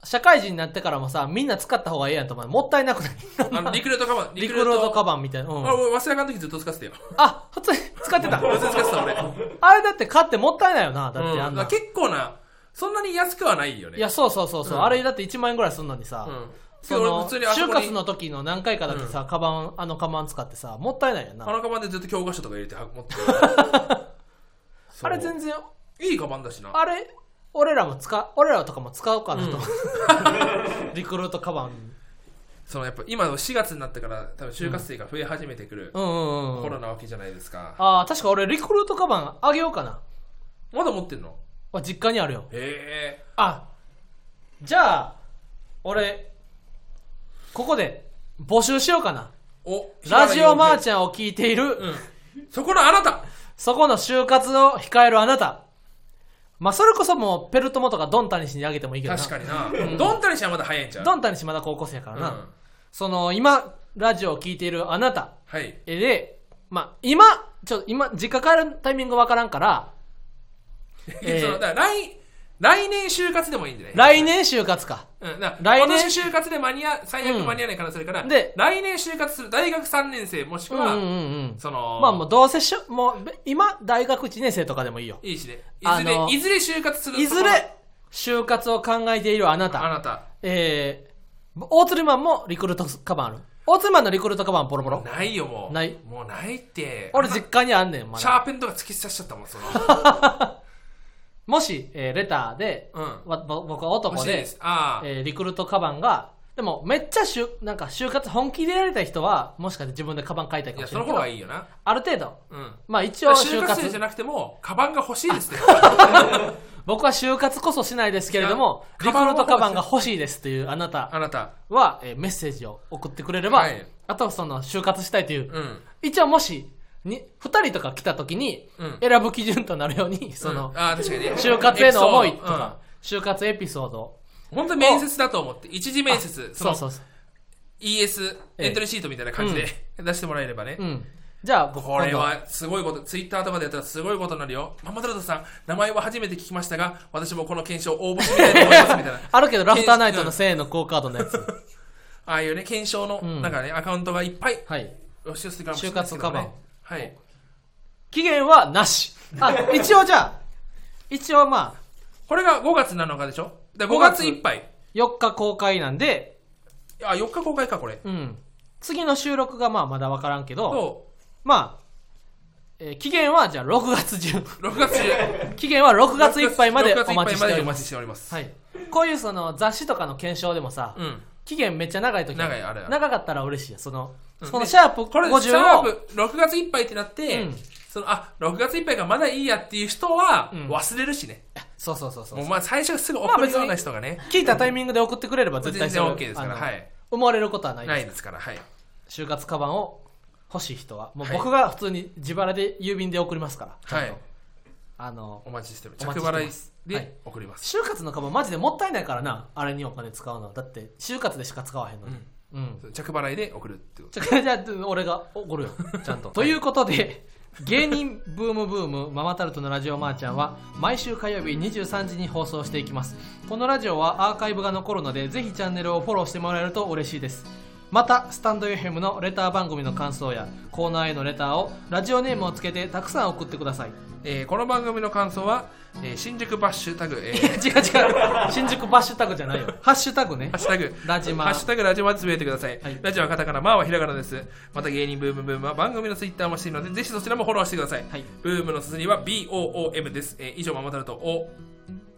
[SPEAKER 1] 社会人になってからもさみんな使った方がいいやんと思うもったいなくない
[SPEAKER 2] あの、リクルートカバン。
[SPEAKER 1] リクルートカバンみたいな、う
[SPEAKER 2] あ、
[SPEAKER 1] ん、
[SPEAKER 2] 俺、早稲田の時ずっと使ってたよ。
[SPEAKER 1] あ普通に使 ってた
[SPEAKER 2] ずっと使ってた、俺。
[SPEAKER 1] あれだって買ってもったいないよなだってあ
[SPEAKER 2] うんん
[SPEAKER 1] な、
[SPEAKER 2] だから結構な、そんなに安くはないよね。
[SPEAKER 1] いやそうそうそうそう、
[SPEAKER 2] うん
[SPEAKER 1] あれだって1万円ぐらいすんのにさ、
[SPEAKER 2] うん。け
[SPEAKER 1] そ
[SPEAKER 2] ど俺
[SPEAKER 1] の
[SPEAKER 2] 普通にあそ
[SPEAKER 1] 就
[SPEAKER 2] こ
[SPEAKER 1] 活
[SPEAKER 2] に、
[SPEAKER 1] の時の何回かだってさ、カバンあのカバン使ってさもったいないよな
[SPEAKER 2] あのカバンでずっと教科書とか入れては 持ってるそう
[SPEAKER 1] あれ全然
[SPEAKER 2] いいカバンだしな。
[SPEAKER 1] あれ、俺らも使、俺らとかも使うかなと。 リクルートカバン。
[SPEAKER 2] そのやっぱ今の4月になってから多分就活生が増え始めてくる
[SPEAKER 1] うんうんう
[SPEAKER 2] コ
[SPEAKER 1] ん。
[SPEAKER 2] ロナわけじゃないですか。
[SPEAKER 1] ああ、確か俺リクルートカバンあげようかな。
[SPEAKER 2] まだ持ってんの
[SPEAKER 1] あ実家にあるよ。
[SPEAKER 2] へえ。
[SPEAKER 1] あ、じゃあ、俺、ここで募集しようかな。
[SPEAKER 2] お、
[SPEAKER 1] ラジオマー
[SPEAKER 2] チ。
[SPEAKER 1] ちゃんを聞いている、
[SPEAKER 2] うん。そこのあなた
[SPEAKER 1] そこの就活を控えるあなた。まあ、それこそもうペルトモとかドンタニシにあげてもいいけどな。
[SPEAKER 2] 確かにな。ドンタニシはまだ早いんちゃう
[SPEAKER 1] ドンタニシまだ高校生やからな。
[SPEAKER 2] うん
[SPEAKER 1] その、今、ラジオを聞いているあなた。
[SPEAKER 2] はい。
[SPEAKER 1] えで、まあ、今、ちょっと今、実家帰るタイミングわからんから、えー
[SPEAKER 2] そのだから来、来年就活でもいいんじゃな
[SPEAKER 1] 来
[SPEAKER 2] い
[SPEAKER 1] 年就活か。
[SPEAKER 2] うん、だから
[SPEAKER 1] 来
[SPEAKER 2] 今
[SPEAKER 1] 年
[SPEAKER 2] 年就活で間に合、最悪間に合わない可能性あるから、
[SPEAKER 1] うんで
[SPEAKER 2] 来年就活する大学3年生もしく
[SPEAKER 1] うんうん
[SPEAKER 2] は、
[SPEAKER 1] うん。
[SPEAKER 2] その、
[SPEAKER 1] まあもうどうせしょ、もうべ今、大学1年生とかでもいいよ。
[SPEAKER 2] いいしね。い
[SPEAKER 1] あ
[SPEAKER 2] ずれ、
[SPEAKER 1] の
[SPEAKER 2] いずれ就活する。
[SPEAKER 1] いず
[SPEAKER 2] そこ
[SPEAKER 1] れ、就活を考えているあな
[SPEAKER 2] のあ
[SPEAKER 1] た。
[SPEAKER 2] なた、
[SPEAKER 1] えー、大鶴マンもリクルートカバンある。大鶴マンのリクルートカバンポロポロ。
[SPEAKER 2] ないよもう。
[SPEAKER 1] ない
[SPEAKER 2] もうないって。
[SPEAKER 1] 俺実家にあんねん、ま
[SPEAKER 2] シャ
[SPEAKER 1] だ。
[SPEAKER 2] ーペンとか突き刺しちゃったもん、その。
[SPEAKER 1] もし、えーレターで、
[SPEAKER 2] うん
[SPEAKER 1] わぼ僕は男
[SPEAKER 2] 欲しい
[SPEAKER 1] で
[SPEAKER 2] です。ああ。
[SPEAKER 1] えーリクルートカバンが、でもめっちゃしゅ、なんか就活本気でやりたい人は、もしかして自分でカバン買いたい
[SPEAKER 2] い
[SPEAKER 1] か
[SPEAKER 2] や、
[SPEAKER 1] もし
[SPEAKER 2] そ
[SPEAKER 1] れな
[SPEAKER 2] の
[SPEAKER 1] いけど
[SPEAKER 2] 方が、いいよな。
[SPEAKER 1] ある程度、
[SPEAKER 2] うん。
[SPEAKER 1] まあ一応
[SPEAKER 2] 就
[SPEAKER 1] 就
[SPEAKER 2] 活生
[SPEAKER 1] 活
[SPEAKER 2] じゃなくても、カバンが欲しいですって。
[SPEAKER 1] 僕は就活こそしないですけれども、
[SPEAKER 2] い
[SPEAKER 1] リ
[SPEAKER 2] や
[SPEAKER 1] クルートカ
[SPEAKER 2] カ
[SPEAKER 1] バ
[SPEAKER 2] バ
[SPEAKER 1] ン
[SPEAKER 2] ン
[SPEAKER 1] が
[SPEAKER 2] の
[SPEAKER 1] 欲しいですというあなた
[SPEAKER 2] あなた。
[SPEAKER 1] は、えーメッセージを送ってくれれば、
[SPEAKER 2] はい
[SPEAKER 1] あとはその就活したいという、
[SPEAKER 2] うん。
[SPEAKER 1] 一応もし、に、二人とか来た時に
[SPEAKER 2] うん、
[SPEAKER 1] 選ぶ基準となるように、その
[SPEAKER 2] うん、あー確かにね。
[SPEAKER 1] 就活への思いと
[SPEAKER 2] エピソード
[SPEAKER 1] か、就活エピソード。
[SPEAKER 2] うん本当に面接だと思って、一次面接、そ
[SPEAKER 1] そう
[SPEAKER 2] の
[SPEAKER 1] そうそう。
[SPEAKER 2] ES、エントリーシートみたいな感じで、出してもらえればね
[SPEAKER 1] う。ん。じゃあ、僕
[SPEAKER 2] これ。
[SPEAKER 1] 今
[SPEAKER 2] はすごいこと、ツイッターとかでやったらすごいことになるよ。ママタルトさん、名前は初めて聞きましたが、私もこの検証応募してみたいと思います、みた いな。
[SPEAKER 1] 度あるけど、ラフターナイトの1000円のクオカードのやつ。
[SPEAKER 2] ああいうね、検証の、
[SPEAKER 1] ん
[SPEAKER 2] なんかね、アカウントがいっぱい
[SPEAKER 1] はい。
[SPEAKER 2] 押し寄せてくるかもしれないですけど、ね。はい。
[SPEAKER 1] 期限はなし。あ、一応じゃあ、一応まあ、
[SPEAKER 2] これが5月7日でしょだ
[SPEAKER 1] 5
[SPEAKER 2] 5
[SPEAKER 1] 月
[SPEAKER 2] 月いっぱい。
[SPEAKER 1] 4日公開なんで、
[SPEAKER 2] あ、4日公開か、これ。
[SPEAKER 1] うん。次の収録がまあまだわからんけど、
[SPEAKER 2] そ
[SPEAKER 1] まあ、えー期限はじゃあ6月中。
[SPEAKER 2] う、6月 中。
[SPEAKER 1] 期限は6月いっぱいまで
[SPEAKER 2] 6月
[SPEAKER 1] お待ちしております。
[SPEAKER 2] おります。
[SPEAKER 1] はい。こういうその雑誌とかの検証でもさ、
[SPEAKER 2] うん。
[SPEAKER 1] 期限めっちゃ長い時
[SPEAKER 2] 長いあるある
[SPEAKER 1] 長かったら嬉しいよ。その、
[SPEAKER 2] うん
[SPEAKER 1] そのシャープ
[SPEAKER 2] これ、シ
[SPEAKER 1] 50
[SPEAKER 2] ャー
[SPEAKER 1] を、
[SPEAKER 2] プ、6月いっぱいってなって、
[SPEAKER 1] うん
[SPEAKER 2] その、あ、6月いっぱいがまだいいやっていう人は、
[SPEAKER 1] うん
[SPEAKER 2] 忘れるしね。
[SPEAKER 1] そうそうそうそう
[SPEAKER 2] もう。まあ、最初すぐ送るような人がね、
[SPEAKER 1] 聞いたタイミングで送ってくれれば絶対
[SPEAKER 2] 全然
[SPEAKER 1] それ
[SPEAKER 2] OK ですから、
[SPEAKER 1] あの
[SPEAKER 2] はい。
[SPEAKER 1] 思われることはないです
[SPEAKER 2] ないですから、はい。
[SPEAKER 1] 就活カバンを欲しい人はもう
[SPEAKER 2] はい
[SPEAKER 1] 僕が普通に自腹で郵便で送りますから、ちゃん
[SPEAKER 2] は
[SPEAKER 1] と
[SPEAKER 2] い。
[SPEAKER 1] あの
[SPEAKER 2] お待ちしており
[SPEAKER 1] お
[SPEAKER 2] ま
[SPEAKER 1] 待
[SPEAKER 2] す。着
[SPEAKER 1] ちしてます
[SPEAKER 2] 払い
[SPEAKER 1] は
[SPEAKER 2] で
[SPEAKER 1] い
[SPEAKER 2] 送ります。
[SPEAKER 1] 就活のカバンマジでもったいないからなあれにお金使うのだって就活でしか使わへんのにうん、
[SPEAKER 2] 着払いで送るってこと。
[SPEAKER 1] ちょじゃあ俺が怒るよ ちゃんとということで芸人ブームブームママタルトのラジオマーちゃんは毎週火曜日23時に放送していきますこのラジオはアーカイブが残るのでぜひチャンネルをフォローしてもらえると嬉しいですまたスタンド FM のレター番組の感想やコーナーへのレターをラジオネームをつけてたくさん送ってください
[SPEAKER 2] えーこの番組の感想は、えー新宿バッシュタグ、え
[SPEAKER 1] いや違
[SPEAKER 2] ー
[SPEAKER 1] う違う新宿バッシュタグじゃないよハッシュタグね
[SPEAKER 2] ハッシュタグ、
[SPEAKER 1] ラジマ
[SPEAKER 2] ハッシュタグラジマでつぶやいてください。
[SPEAKER 1] はい
[SPEAKER 2] ラジオはカタカナ、マーはひらがなです。また芸人ブームブームは番組のツイッターもしているので、ぜひそちらもフォローしてください。
[SPEAKER 1] はい
[SPEAKER 2] ブームの綴りは BOOM です。えー以上、ママタルト、お、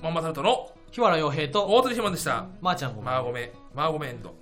[SPEAKER 2] ママタルトの
[SPEAKER 1] 日原洋平と
[SPEAKER 2] 大鳥ひまでした。
[SPEAKER 1] まーちゃんごめん
[SPEAKER 2] マーゴメ、マーゴメエンド。